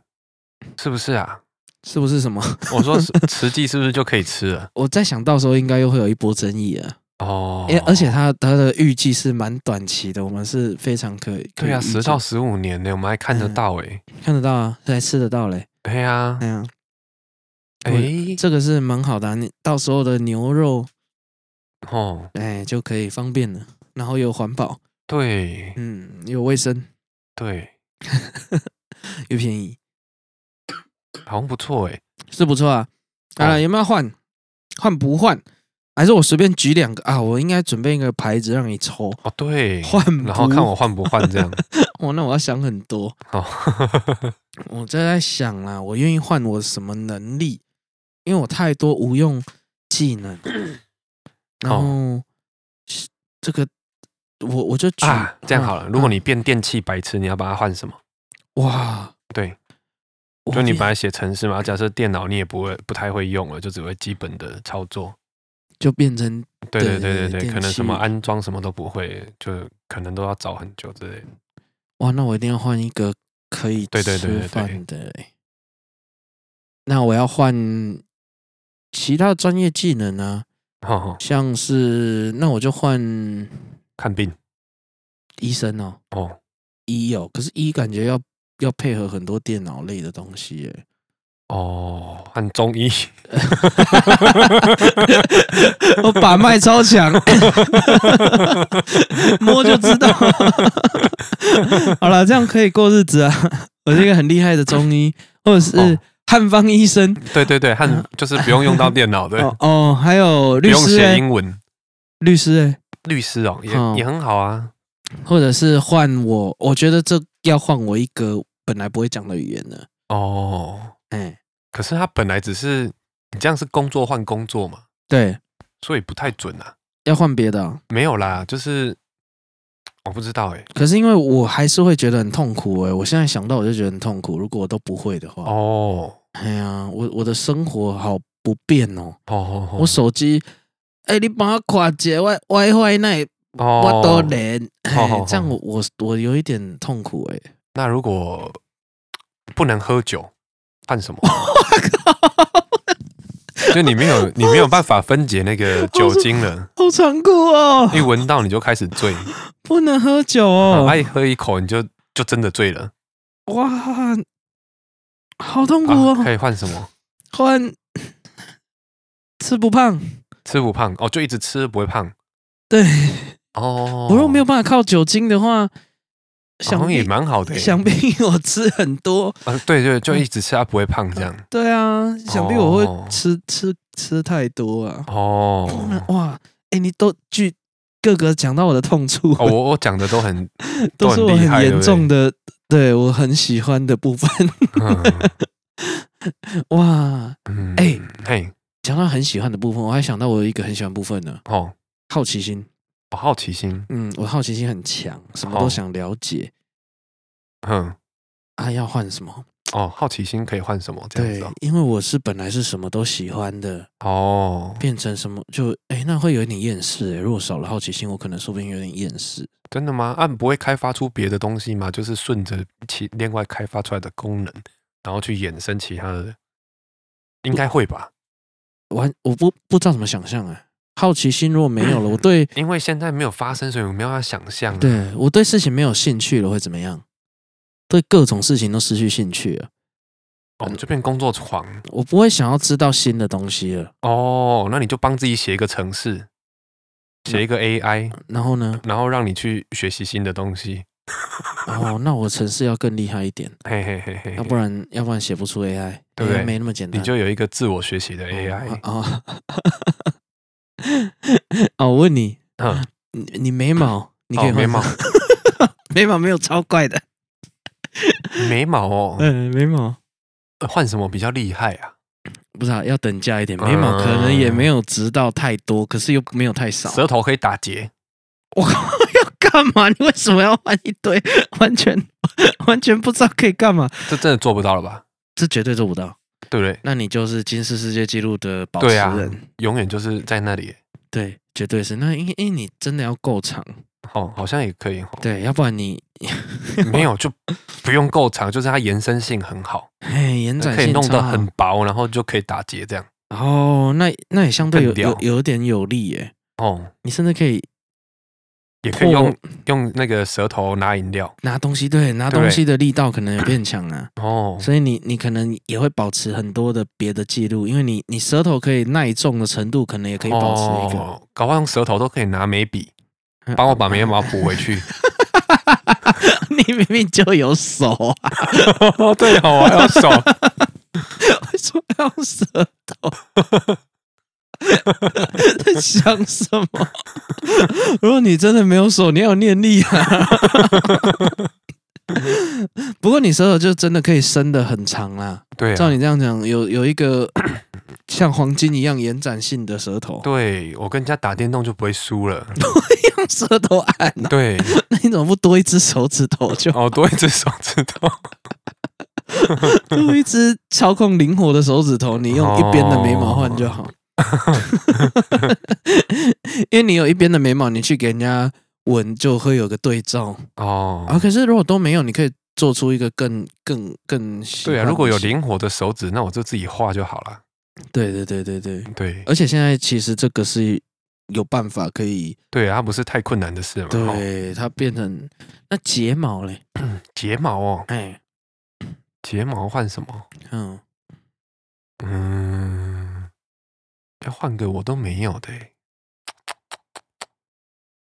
C: 是不是啊？
B: 是不是什么？
C: 我说是慈济是不是就可以吃了？
B: 我在想到时候应该又会有一波争议啊，
C: 哦，
B: 因为而且它它的预计是蛮短期的，我们是非常可以可以
C: 对啊，
B: 预计
C: 十到十五年呢，我们还看得
B: 嗯
C: 到哎。
B: 看得到啊，还吃得到嘞，
C: 哎呀
B: 哎，呀，我
C: 哎，
B: 这个是蛮好的、啊，你到时候的牛肉
C: 哦，
B: 哎就可以方便了，然后又环保，
C: 对
B: 嗯，又卫生
C: 对，
B: 又便宜，
C: 好像不错哎。
B: 是不错啊。啊，
C: 哦
B: 有没有换？换不换？还是我随便举两个啊？我应该准备一个牌子让你抽。
C: 哦，对，
B: 换不
C: 然后看我换不换这 样。
B: 哦，那我要想很多。
C: 哦，
B: 我正在想啦，我愿意换我什么能力？因为我太多无用技能。然
C: 哦
B: 后、是这个，我我就举
C: 啊，这样好了。如果
B: 你、
C: 你变电器白痴，你要把它换什么？
B: 哇，
C: 对，
B: 我
C: 就你
B: 变
C: 本来写程式嘛，假设电脑你也不会不太会用了，就只会基本的操作。
B: 就变成
C: 对
B: 对
C: 对对
B: 对
C: 对
B: 电
C: 对，可能什么
B: 器
C: 安装什么都不会，就可能都要找很久之类的。
B: 哇，那我一定要换一个可以
C: 对对对
B: 吃
C: 对对
B: 饭的欸、那我要换其他专业技能呢、
C: 哈哈，
B: 像是那我就换
C: 看病
B: 医生哦，
C: 哦，
B: 医哦，可是医感觉要要配合很多电脑类的东西、欸，
C: 哦，看中医，
B: 我把脉超 强，摸就知道。 好了，这样可以过日子啊！我是一个很厉害的中医，或者是
C: 哦
B: 汉方医生
C: 对对对，看就是不用用到电脑的，
B: 嗯 哦哦，还有
C: 不
B: 律
C: 用
B: 师、
C: 写
B: 欸，
C: 英文，
B: 律师哎、
C: 律师哦，也
B: 哦
C: 也很好啊。
B: 或者是换我，我觉得这要换我一个本来不会讲的语言了。
C: 哦，
B: 哎、
C: 可是他本来只是你这样是工作换工作嘛，
B: 对，
C: 所以不太准啊。
B: 要换别的啊、
C: 没有啦，就是我不知道哎、
B: 可是因为我还是会觉得很痛苦哎、我现在想到我就觉得很痛苦。如果我都不会的话，
C: 哦
B: 哎呀，我我的生活好不便哦。
C: 哦哦，
B: 我手机，哎、你帮我跨界 Wi WiFi 那我
C: 我
B: 都连，哎、
C: 哦好好好
B: 这样我我我有一点痛苦哎、
C: 哦那如果不能喝酒，判 什么？就你没有 你没有办法分解那个酒精了，
B: 好残酷哦，
C: 一闻到你就开始 醉，
B: 不能喝酒
C: 啊
B: 哦，
C: 爱喝一口你就就真的醉了。
B: 哇，好痛苦
C: 啊，
B: 哦，
C: 可以换什么？
B: 换吃不胖，
C: 吃不胖哦，就一直吃不会胖
B: 对，
C: 哦。
B: 我如果没有办法靠酒精的话，
C: 好
B: 想
C: 像也
B: 必
C: 蛮好的欸，
B: 想嗯必 我吃很多，
C: 啊，对对，就一直吃，它不会胖这样。
B: 对啊，想必我
C: 哦
B: 会吃、吃吃太多啊。
C: 哦，
B: 哇，哎、你都据各个讲到我的痛处，
C: 哦，我我讲的都很都
B: 都是
C: 很
B: 我
C: 厉害，
B: 很严重
C: 的。
B: 的，对我很喜欢的部分。
C: 嗯
B: 哇，
C: 嗯
B: 哎
C: 嘿，
B: 讲到很喜欢的部分，我还想到我有一个很喜欢的部分呢，
C: 哦，
B: 好奇心。
C: 我好奇心，
B: 嗯，我好奇心很强，什么
C: 好
B: 都想了解。
C: 嗯，
B: 啊，要换什么？
C: 哦，好奇心可以换什么这样
B: 对
C: 子哦？，
B: 因为我是本来是什么都喜欢的，
C: 哦，
B: 变成什么就哎、那会有一点厌世、哎如果少了好奇心，我可能说不定有点厌世。
C: 真的吗？啊，你不会开发出别的东西吗？就是顺着其另外开发出来的功能，然后去衍生其他的，应该会吧？
B: 完，我不不知道怎么想象哎、好奇心如果没 有了，我对
C: 因为现在没有发生，所以我没有办法想象啊。
B: 对我对事情没有兴趣了会怎么样？对各种事情都失去兴趣了，
C: 哦，就变工作狂
B: 我不会想要知道新的东西了。
C: 哦。那你就帮自己写一个程式，写一个 AI，
B: 然后呢？
C: 然后让你去学习新的东西。
B: 哦，那我城市要更厉害一点，
C: 嘿嘿嘿嘿，
B: 要不然要不然写不出 AI，
C: 对不对
B: AI 没那么简单。
C: 你就有一个自我学习的 AI。
B: 哦 哦哦，我问你，
C: 嗯，
B: 你你眉毛你可以
C: 哦眉
B: 换
C: 毛
B: 吗，眉毛没有超怪的，
C: 眉毛 哦，
B: 嗯，眉毛
C: 呃换什么比较厉害啊？
B: 不是啊，要等价一
C: 嗯
B: 点，眉毛可能也没有值到太多，可是又没有太少。
C: 舌头可以打结，
B: 我靠，要 干嘛？你为什么要换一堆？ 完全完全不知道可以干嘛，
C: 这真的做不到了吧？
B: 这绝对做不到。
C: 对不对？
B: 那你就是金氏世界纪录的保持
C: 对啊
B: 人，
C: 永远就是在那里。
B: 对绝对是。那因因为你真的要够长，
C: 哦，好像也 可以哦。
B: 对，要不然你
C: 没有就不用够长，就是它延伸性很好，
B: 哎延展
C: 可以
B: 性啊
C: 弄
B: 超
C: 得
B: 好
C: 很薄，然后就可以打结这样。
B: 哦，那那也相对有
C: 更屌
B: 有有点有力耶。
C: 哦，
B: 你甚至可以
C: 也可
B: 破
C: 以用用那个舌头拿饮料。哦
B: 拿东西，对，拿
C: 对不对
B: 东西的力道可能也变强啊。
C: 哦，
B: 所以你你可能也会保持很多的别的记录，因为你你舌头可以耐重的程度，可能也可以保持一个。嗯
C: 哦，搞不好用舌头都可以拿眉笔，帮我把眉毛补回 去。
B: 你明明就有手啊，
C: 对哦，还有手，
B: 为什么要用舌头？ 在想什么？如果你真的没有手，你要有念力啊。不过你舌头就真的可以伸得很长啦。
C: 对
B: 照
C: 啊，
B: 你这样讲，有有一个 像黄金一样延展性的舌头，
C: 对我跟人家打电动就不会 输了。
B: 用舌头按啊
C: 对，
B: 那你怎么不多一只手指头就
C: 哦，多一只手指头，
B: 多一只操控灵活的手指头，你用一边的眉毛换就好。因为你有一边的眉毛，你去给人家闻就会有个对照 啊。
C: 哦，
B: 可是如果都没有，你可以做出一个更更更喜
C: 对啊，
B: 欢的
C: 如果有
B: 形
C: 灵活的手指，那我就自己画就好了。
B: 对对对对对，
C: 对，
B: 而且现在其实这个是有办法可以，
C: 对啊，它不是太困难的事嘛。哦，
B: 对它变成那睫毛嘞，
C: 睫毛哦，
B: 哎，
C: 睫毛换什么？
B: 嗯，
C: 嗯，要换个我都没有的欸，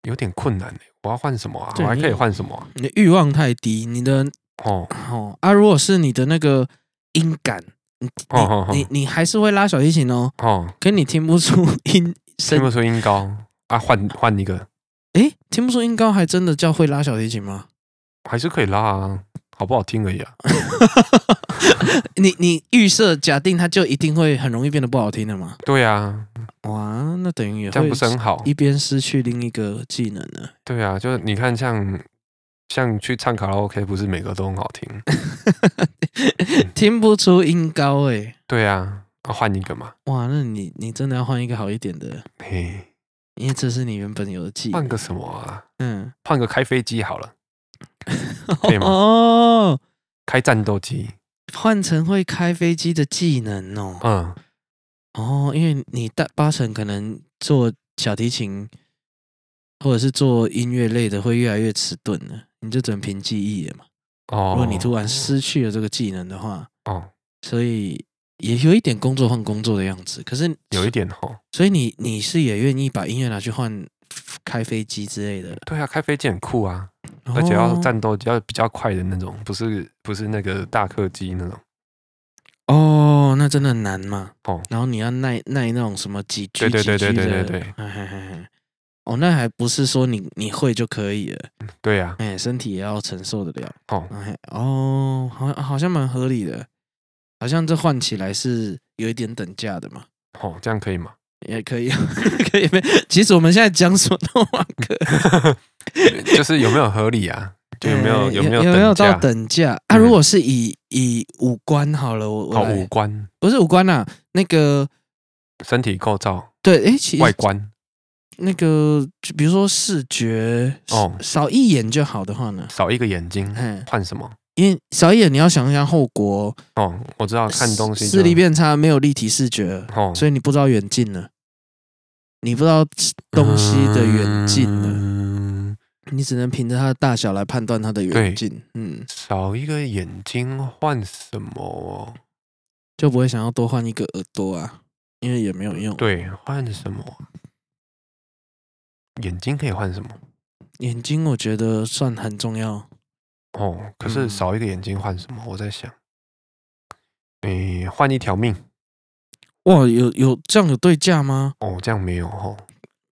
C: 有点困难欸我要换什么啊？
B: 对
C: 我还可以
B: 你
C: 换什么啊？
B: 你的欲望太低，你的
C: 哦，
B: 哦啊，如果是你的那个音感，你
C: 哦哦哦
B: 你你你还是会拉小提琴哦，
C: 哦，
B: 可你听不出音
C: 听
B: 声
C: 不，出音高啊，换换一个
B: 诶，听不出音高，还真的叫会拉小提琴吗？
C: 还是可以拉啊，好不好听而已啊。
B: 你你预设假定它就一定会很容易变得不好听的嘛？
C: 对啊，
B: 哇，那等于也
C: 这样
B: 会
C: 不是很好
B: 一？边失去另一个技能了。
C: 对啊，就是你看像像去唱卡拉 OK，不是每个都很好听？
B: 听不出音高诶，
C: 对啊，啊换一个嘛，
B: 哇，那你你真的要换一个好一点的，
C: 嘿，
B: 因为这是你原本有的技能。
C: 换个什么啊？
B: 嗯，
C: 换个开飞机好 了，可以吗
B: 哦，
C: 开战斗机。
B: 换成会开飞机的技能哦。
C: 嗯，
B: 哦，因为你大八成可能做小提琴或者是做音乐类的会越来越迟钝了，你就只能凭记忆了嘛。
C: 哦，
B: 如果你突然失去了这个技能的话，
C: 哦，
B: 所以也有一点工作换工作的样子。可是
C: 有一点哈。
B: 所以你你是也愿意把音乐拿去换开飞机之类的，
C: 对啊，开飞机很酷啊，而且要
B: 哦
C: 战斗要比较快的那种，不是不是那个大客机那种。
B: 哦，那真的很难嘛。
C: 哦
B: 然后你要耐耐那种什么几句
C: 对对对
B: 几句
C: 对
B: 的
C: 对对对
B: 哎哎哎哎哦，那还不是说你你会就可以了，
C: 对啊呀、
B: 哎，身体也要承受得了。
C: 哦
B: 哎，哦，好像好像蛮合理的，好像这换起来是有一点等价的嘛，
C: 哦，这样可以吗？
B: 也可以， 可以没？其实我们现在讲什么都蛮可
C: 就是有没有合理啊？就 有没有
B: 哎
C: 有没
B: 有
C: 有
B: 没有
C: 等
B: 到
C: 价？
B: 等价？啊，
C: 嗯
B: 如果是以以五官好了，我我
C: 哦，
B: 来
C: 五官、
B: 不是五官啊，那个
C: 身体构造、
B: 对，哎，其实
C: 外观，
B: 那个就比如说视觉
C: 哦
B: 少一眼就好的话呢，
C: 少一个眼睛，
B: 哎，
C: 换什么？
B: 因为少一眼你要想一下后果，
C: 哦，我知道看东西
B: 视
C: 就
B: 视力变差，没有立体视觉了，
C: 哦，
B: 所以你不知道远近了，你不知道东西的远近了，
C: 嗯，
B: 你只能凭着它的大小来判断它的远
C: 对
B: 近，嗯，
C: 少一个眼睛换什么？
B: 就不会想要多换一个耳朵啊，因为也没有用。
C: 对，换什么？眼睛可以换什么？
B: 眼睛我觉得算很重要，
C: 哦，可
B: 嗯
C: 是少一个眼睛换什么？我在想，诶，换一条命
B: 哇，有有这样有对价吗？
C: 哦，这样没有哦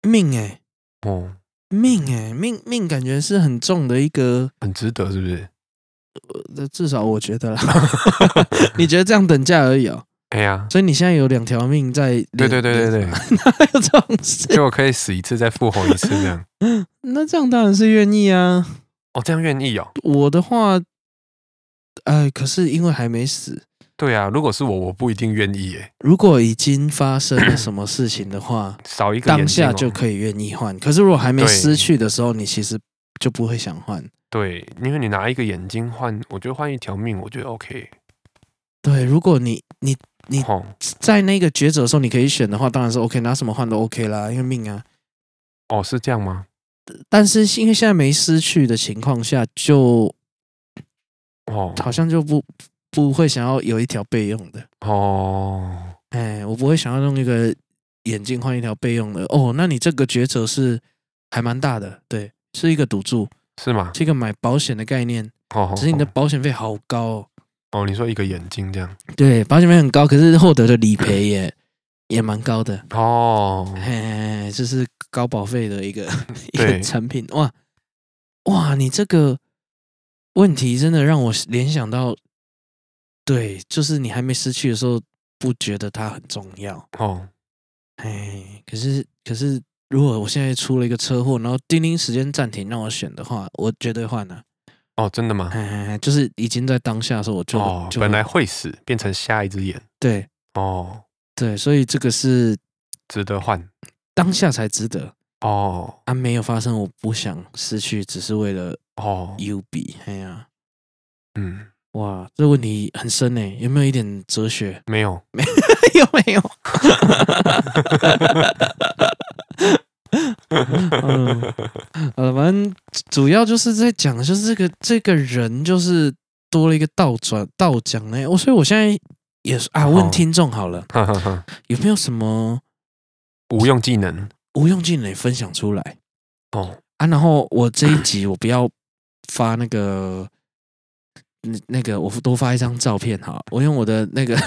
B: 命哎、
C: 哦，
B: 命哎、命命感觉是很重的一个，
C: 很值得是不是？
B: 呃至少我觉 得啦。你觉得这样等价而已哦，
C: 哎呀，
B: 所以你现在有两条命在，
C: 对对对对， 对，
B: 哪有这种事？
C: 就我可以死一次再复活一次这 样。
B: 那这样当然是愿意啊。
C: 哦，这样愿意哦？
B: 我的话，哎，可是因为还没死，
C: 对啊，如果是我，我不一定愿意诶。
B: 如果已经发生了什么事情的话，
C: 少 一个
B: 当
C: 眼睛
B: 下
C: 哦
B: 就可以愿意换。可是如果还没
C: 对
B: 失去的时候，你其实就不会想换。
C: 对，因为你拿一个眼睛换，我觉得换一条命，我觉得 OK。
B: 对，如果你你你
C: 哦，
B: 在那个抉择的时候，你可以选的话，当然是 OK，拿什么换都 OK 啦，因为命啊。
C: 哦，是这样吗？
B: 但是因为现在没失去的情况下，就
C: 哦
B: 好像就不不会想要有一条备用的。
C: 哦，
B: 哎，我不会想要用一个眼镜换一条备用的。哦，那你这个抉择是还蛮大的，对，是一个赌注，
C: 是吗？
B: 是一个买保险的概念，
C: 哦，
B: 只是你的
C: 哦
B: 保险费好高、哦。
C: 哦，你说一个眼睛这样
B: 对，保险费很高，可是获得的理赔也也蛮高的，
C: 哦，
B: 哎，这是高保费的一个 一个
C: 嗯对
B: 产品，哇哇，你这个问题真的让我联想到，对，就是你还没失去的时候，不觉得它很重要，
C: 哦，
B: 哎，可是可是如果我现在出了一个车祸，然后叮铃时间暂停让我选的话，我绝对换了、
C: 哦，真的吗？
B: 哎，就是已经在当下的时候，我就、
C: 哦，
B: 就
C: 本来会死，变成瞎一只眼。
B: 对
C: 哦，
B: 对，所以这个是
C: 值得换。
B: 当下才值得。
C: 哦
B: 啊，没有发生，我不想失去，只是为了
C: 哦，
B: U B。哎呀，
C: 嗯，
B: 哇，这问题很深呢，有没有一点哲学？
C: 没有。
B: 有没有？嗯，呃，反正主要就是在讲，就是这个这个人就是多了一个倒转倒讲呢。我所以我现在也是啊，问
C: 哦
B: 听众好了，
C: 哈哈哈，
B: 有没有什么
C: 无用技能。
B: 无用技能分享出来
C: 哦
B: 啊？然后我这一 集我不要发那个。嗯那个，我多发一张照片哈，我用我的那个，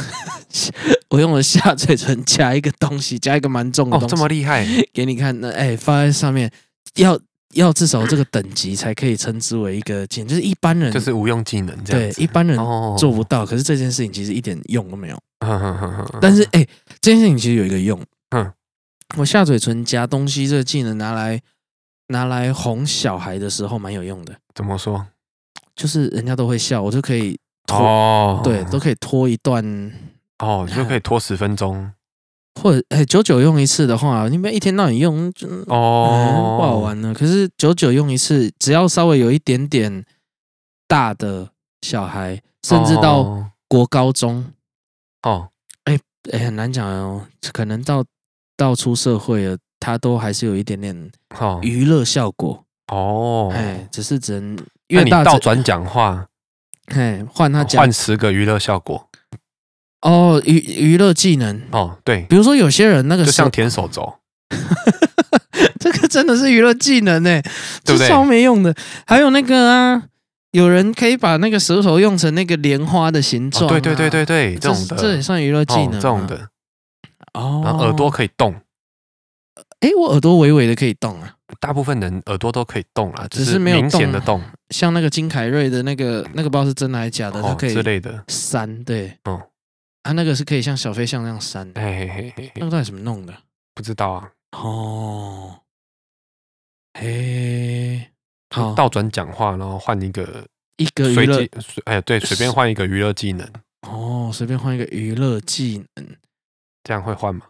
B: 我用我的下嘴唇夹一个东西，夹一个蛮重的
C: 哦，
B: 东西
C: 这，么厉害。
B: 给你看，那哎、放在上面，要要至少这个等级才可以称之为一个技能，就是一般人
C: 就是无用技能这
B: 对
C: 样子。
B: 一般人
C: 哦，
B: 做不到，可是这件事情其实一点用都没有。
C: 哈哈哈哈，
B: 但是哎、这件事情其实有一个用，
C: 嗯，
B: 我下嘴唇夹东西这个技能拿来拿来哄小孩的时候蛮有用的，
C: 怎么说？
B: 就是人家都会笑，我就可以拖，
C: 哦，
B: 对，都可以拖一段。
C: 哦，就可以拖十分钟。
B: 或者哎，久、久用一次的话，你不要一天到晚用，就
C: 哦
B: 嗯，不好。玩呢。可是久久用一次，只要稍微有一点点大的小孩，甚至到
C: 哦
B: 国高中，
C: 哦
B: 哎、很难讲哦。可能到到出社会了，他都还是有一点点
C: 哦
B: 娱乐效果，
C: 哦，
B: 哎、只是只能
C: 那
B: 越
C: 你
B: 大
C: 倒
B: 只
C: 转讲话，
B: 哎换他讲
C: 换十个娱乐效果。
B: 哦，娱娱乐技能，
C: 哦，对，
B: 比如说有些人那个
C: 就像
B: 手，
C: 舔手肘，
B: 这个真的是娱乐技能呢，
C: 对
B: 这
C: 不对
B: 超没用的。还有那个啊，有人可以把那个舌头用成那个莲花的形
C: 哦
B: 状、啊
C: 对对对，对对，这
B: 这
C: 种的，
B: 这也算娱乐技能、
C: 哦
B: 啊
C: 这种。的，
B: 哦，
C: 然后耳朵，可以动，
B: 哎，我耳朵微微的可以动啊，
C: 大部分人耳朵都可以动啦，
B: 只
C: 就是
B: 没有
C: 明显的
B: 动啊
C: 动
B: 像那个金凯瑞的那个那个不知道是真的还是假的，它
C: 哦
B: 可以
C: 之类的，
B: 扇，对，
C: 哦，
B: 啊，那个是可以像小飞象那样扇的，
C: 嘿嘿嘿嘿嘿，
B: 那个到底怎么弄的？
C: 不知道啊，
B: 哦，嘿，好，
C: 倒转讲话，然后换一个
B: 一个娱
C: 随
B: 乐
C: 机，随哎对，随便换一个娱乐技能，
B: 哦，随便换一个娱乐技能，
C: 这样会换吗？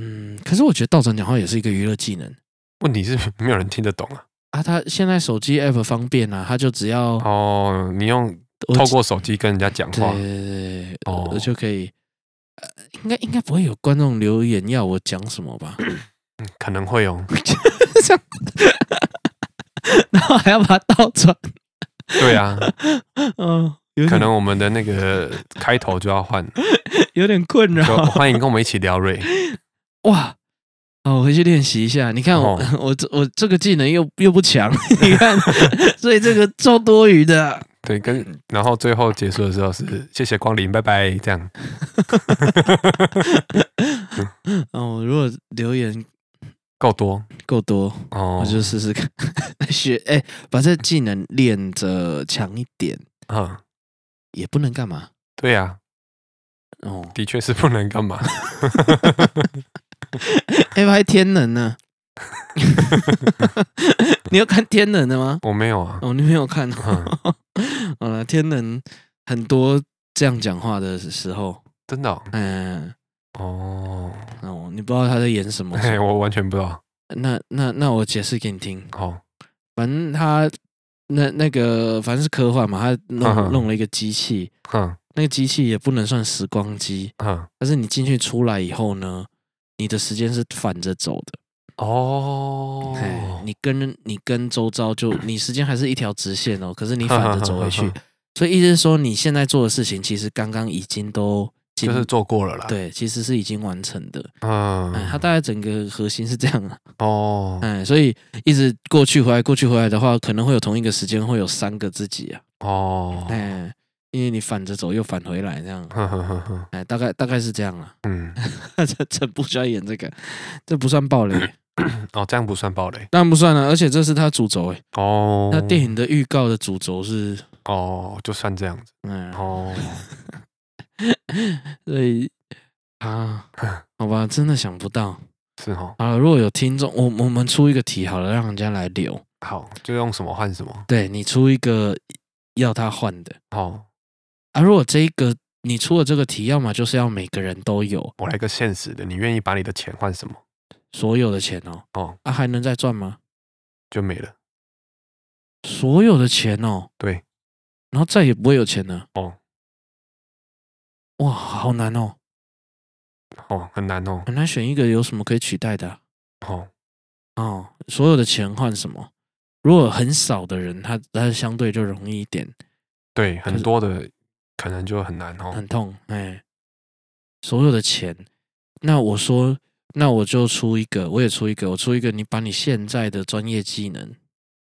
B: 嗯，可是我觉得倒转讲话也是一个娱乐技能
C: 问题是 没有人听得懂啊。
B: 啊。它现在手机 app 方便啊，它就只要
C: 哦，你用
B: 我
C: 透
B: 只
C: 过手机跟人家讲
B: 对
C: 话，
B: 对对，
C: 哦
B: 我就可以。呃应该应该不会有观众留言要我讲什么吧？
C: 嗯可能会哦。
B: 这样，然后还要把它倒转，
C: 对 啊，
B: 嗯，有
C: 可
B: 点
C: 能我们的那个开头就要换，
B: 有点困
C: 就
B: 扰。
C: 欢迎跟我们一起聊瑞。
B: 哇！哦，我回去练习一下。你看我、
C: 哦
B: 我这我这个技能又又不强，你 看，所以这个超多余的啊、
C: 对，跟然后最后结束的时候是谢谢光临，拜拜，这样
B: 哦，我如果留言
C: 够多
B: 够多，
C: 哦
B: 我。就试试看 学。哎、把这技能练着强一点，
C: 嗯，
B: 也不能干嘛
C: 对啊，
B: 哦。
C: 的确是不能干嘛。
B: 哎、拍天能呢？ 你有看天能的吗？
C: 我没有啊，
B: 哦，你没有看。
C: 嗯
B: 好了，天能很多这样讲话的时候，
C: 真的哦
B: 嗯，
C: 哦，
B: 哦，你不知道他在演什么。
C: 嘿，我完全不知道。
B: 那那那我解释给你听，
C: 哦，
B: 反正他那那个反正是科幻嘛，他弄
C: 嗯哼
B: 弄了一个机器，
C: 哼
B: 那个机器也不能算时光机，
C: 哼，
B: 但是你进去出来以后呢，你的时间是反着走的，
C: 哦
B: 哎，，你跟你跟周遭 就你时间还是一条直线哦，可是你反着走回去
C: 哼哼，
B: 所以意思是说你现在做的事情其实刚刚已经都经
C: 就是做过了啦。，
B: 对，其实是已经完成的，哎，它
C: 嗯，
B: 大概整个核心是这样啊。
C: 哦
B: 哎，所以一直过去回来，过去回来的话，可能会有同一个时间会有三个自己啊。
C: 哦，啊
B: 哎，因为你反着走又返回来这样，
C: 哼哼哼哼，
B: 哎，大概大概是这样了。
C: 嗯，
B: 这这不需要演这个，这不算暴雷，
C: 哦，这样不算暴雷
B: 当然不算了。啊而且这是他主轴哎，
C: 哦。
B: 他电影的预告的主轴是，
C: 哦，就算这样子
B: 嗯，
C: 哦。
B: 所以啊，好吧，真的想不到。
C: 是哦，
B: 好了，如果有听众，我我们出一个题好了，让人家来留。
C: 好，就用什么换什么。
B: 对你出一个要他换的。
C: 好，
B: 啊，如果这一个你出了这个题，要么就是要每个人都有
C: 我来个现实的，你愿意把你的钱换什么？
B: 所有的钱哦，
C: 哦，
B: 啊还能再赚吗？
C: 就没了。
B: 所有的钱哦，
C: 对，
B: 然后再也不会有钱了
C: 哦。
B: 哇，好难哦，
C: 哦，很难哦。
B: 很难选一个有什么可以取代的啊、
C: 哦，
B: 哦。所有的钱换什么？如果很少的人，他他相对就容易一点，
C: 对，
B: 就
C: 很
B: 是
C: 多的可能就很难哦。
B: 很痛，哎，所有的钱，那我说，那我就出一个，我也出一个，我出一个，你把你现在的专业技能，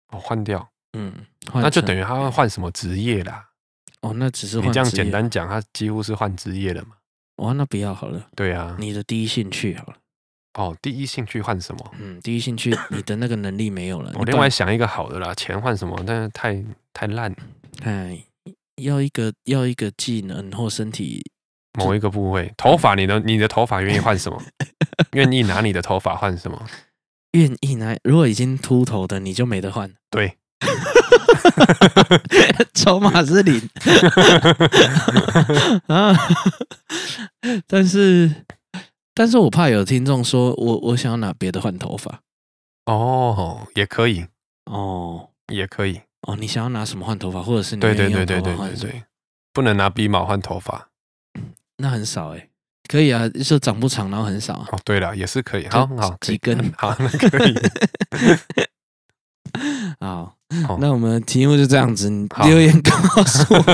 C: 哦，换掉，
B: 嗯，换
C: 那就
B: 成
C: 等于他要换什么职业啦？
B: 哦，那只是
C: 你
B: 换
C: 这样
B: 职业
C: 简。单讲，他几乎是换职业了嘛？
B: 哇，那不要好了，
C: 对啊。
B: 你的第一兴趣好了，
C: 哦，第一兴趣换什么？
B: 嗯，第一兴趣你的那个能力没有了，
C: 我
B: 你
C: 哦另
B: 把
C: 外想一个好的啦，钱换什么？但是太太烂，
B: 哎要一个要一个技能或身体，
C: 某一个部位，头发，你的你的头发愿意换 什么？愿意拿你的头发换什么？
B: 愿意拿，如果已经秃头的你就没得换，
C: 对，
B: 筹码是零 啊，但是但是我怕有听众说我我想要拿别的换头发
C: 哦，也可以，
B: 哦。
C: 也可以，
B: 哦，你想要拿什么换头发，或者是你
C: 对对
B: 愿意
C: 对
B: 用
C: 对
B: 头发换
C: 对对
B: 什么
C: 对，不能拿鼻毛换头发。
B: 那很少哎、可以啊，就长不长，然后很少啊。
C: 哦，对了，也是可以，好
B: 就
C: 好，可
B: 几
C: 以
B: 根
C: 好，那可以。
B: 啊，
C: 好
B: 那我们题目就这样子，你
C: 哦好
B: 留言告诉 我，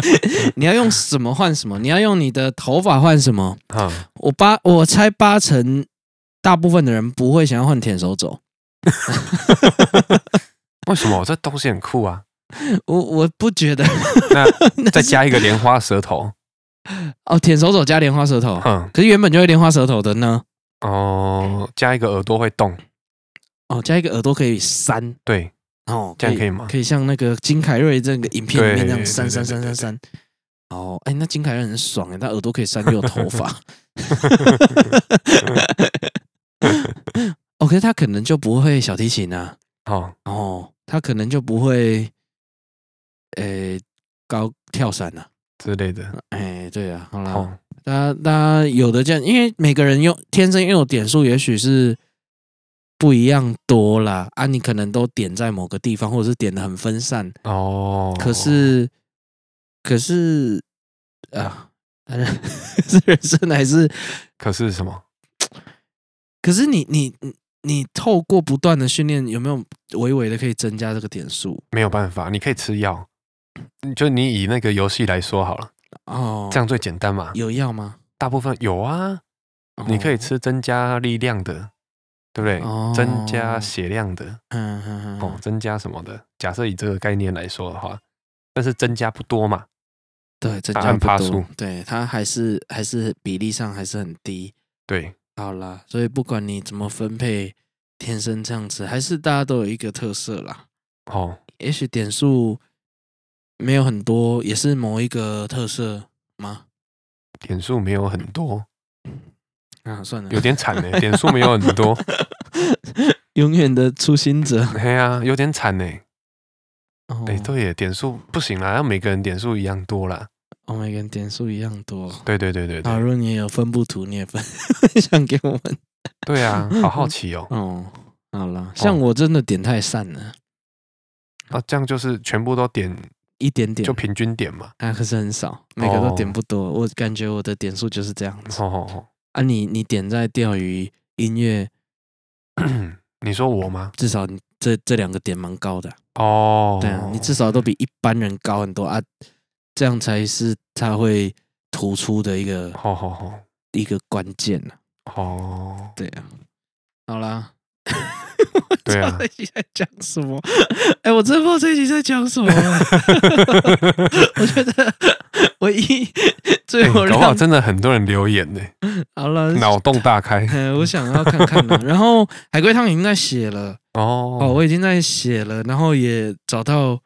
B: 你要用什么换什么？你要用你的头发换什么？
C: 啊，
B: 我八，我猜八成大部分的人不会想要换舔手肘。
C: 为什么这东西很酷 啊？
B: 我我不觉得
C: 那再加一个莲花舌头，
B: 哦，舔手肘加莲花舌头，
C: 哼
B: 可是原本就会莲花舌头的呢？哎
C: 哦，加一个耳朵会动，
B: 哦，加一个耳朵可以扇
C: 对，
B: 哦，
C: 这样可以吗？
B: 可以像那个金凯瑞这个影片里面那样
C: 啊对
B: 扇扇
C: 对对
B: 扇扇
C: 对对
B: 扇。哦，哎，那金凯瑞很爽哎，他耳朵可以扇掉头 发。哦，可是他可能就不会小提琴啊，
C: 好，
B: 哦，他可能就不会，诶，高跳伞啊，
C: 之类的，哦
B: 哎，对啊，好啦，
C: 好，
B: 大家大家有的这样，因为每个人用天生拥有点数，也许是不一样多啦。啊，你可能都点在某个地方，或者是点的很分散。
C: 哦，
B: 可是，可是啊，反正是人生还是？
C: 可是什么？
B: 可是你你你你透过不断的训练，有没有微微的可以增加这个点数？
C: 没有办法，你可以吃药，嗯就你以那个游戏来说好了，
B: 哦，
C: 这样最简单嘛。
B: 有药吗？
C: 大部分有啊，
B: 哦
C: 你可以，吃增加力量的，对不对？
B: 哦
C: 增加血量的，
B: 嗯嗯嗯，
C: 哦
B: 嗯，
C: 增加什么的？假设以这个概念来说的话，但是增加不多嘛，
B: 对，增
C: 答
B: 加
C: 案
B: 不
C: 趴
B: 多
C: 数，
B: 对，它还是还是比例上还是很低。
C: 对，
B: 好啦，所以不管你怎么分配，天生这样子，还是大家都有一个特色啦。
C: 哦，
B: 也许点数没有很多，也是某一个特色吗？
C: 点数没有很多，
B: 啊，算了，
C: 有点惨呢、点数没有很 多，
B: 永远的初心者。
C: 嘿呀、有点惨呢、
B: 哦，
C: 哎、对耶，点数不行啦，要每个人点数一样多啦。
B: 我们跟哦点数一样多。
C: 对对对对
B: 好，
C: 对，
B: 如果你也有分布图，你也分 分享给我们。
C: 对啊，好好奇哦。
B: 哦，好啦，像我真的点太散了，
C: 啊，这样就是全部都点，
B: 一点点
C: 就平均点嘛。
B: 啊，可是很少，每个都
C: 哦
B: 点不多。我感觉我的点数就是这样子
C: 吼吼吼，
B: 啊你。你点在钓鱼、音乐，
C: 你说我吗？
B: 至少你这这两个点蛮高的啊、
C: 哦，
B: 对啊，你至少都比一般人高很多啊，这样才是他会突出的一个
C: 吼吼吼
B: 一个关键呢、
C: 哦，
B: 对啊，好啦。
C: 对啊
B: 我不知道这一集在讲什么？ 哎、我真不知道这一集在讲什么啊、 我觉得唯一最
C: 哎
B: 后
C: 搞不好
B: 让、
C: 真的很多人留言 呢，
B: 好了，
C: 脑洞大开
B: 呃，我想要看 看了。然后海龟汤已经在写了，哦，
C: 哦。
B: 我已经在写了，然后也找到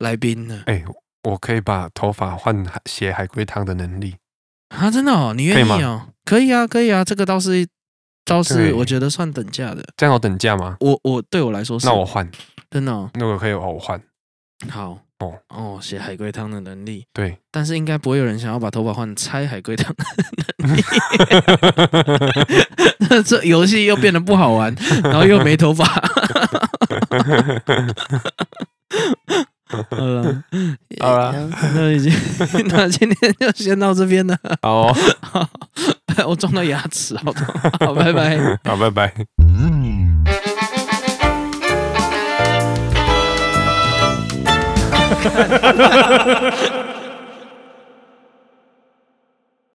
B: 来宾了。
C: 哎，我可以把头发换海写海龟汤的能力，
B: 啊，真的哦，你愿
C: 可以
B: 意哦？可以啊，可以啊，这个倒是倒是
C: 对
B: 我觉得算等价的。
C: 这样有等价吗？
B: 我我对我来说是，
C: 那我换，
B: 真的哦
C: 那我可以哦，我换。
B: 好
C: 哦
B: 哦，写海龟汤的能力，
C: 对，
B: 但是应该不会有人想要把头发换拆海龟汤， 这游戏又变得不好玩，然后又没头发。 好了，
C: 好了，
B: 那已经，那今天就先到这边了。
C: 好哦，
B: 好， 我撞到牙齿，好痛。好，拜拜。
C: 好，拜拜。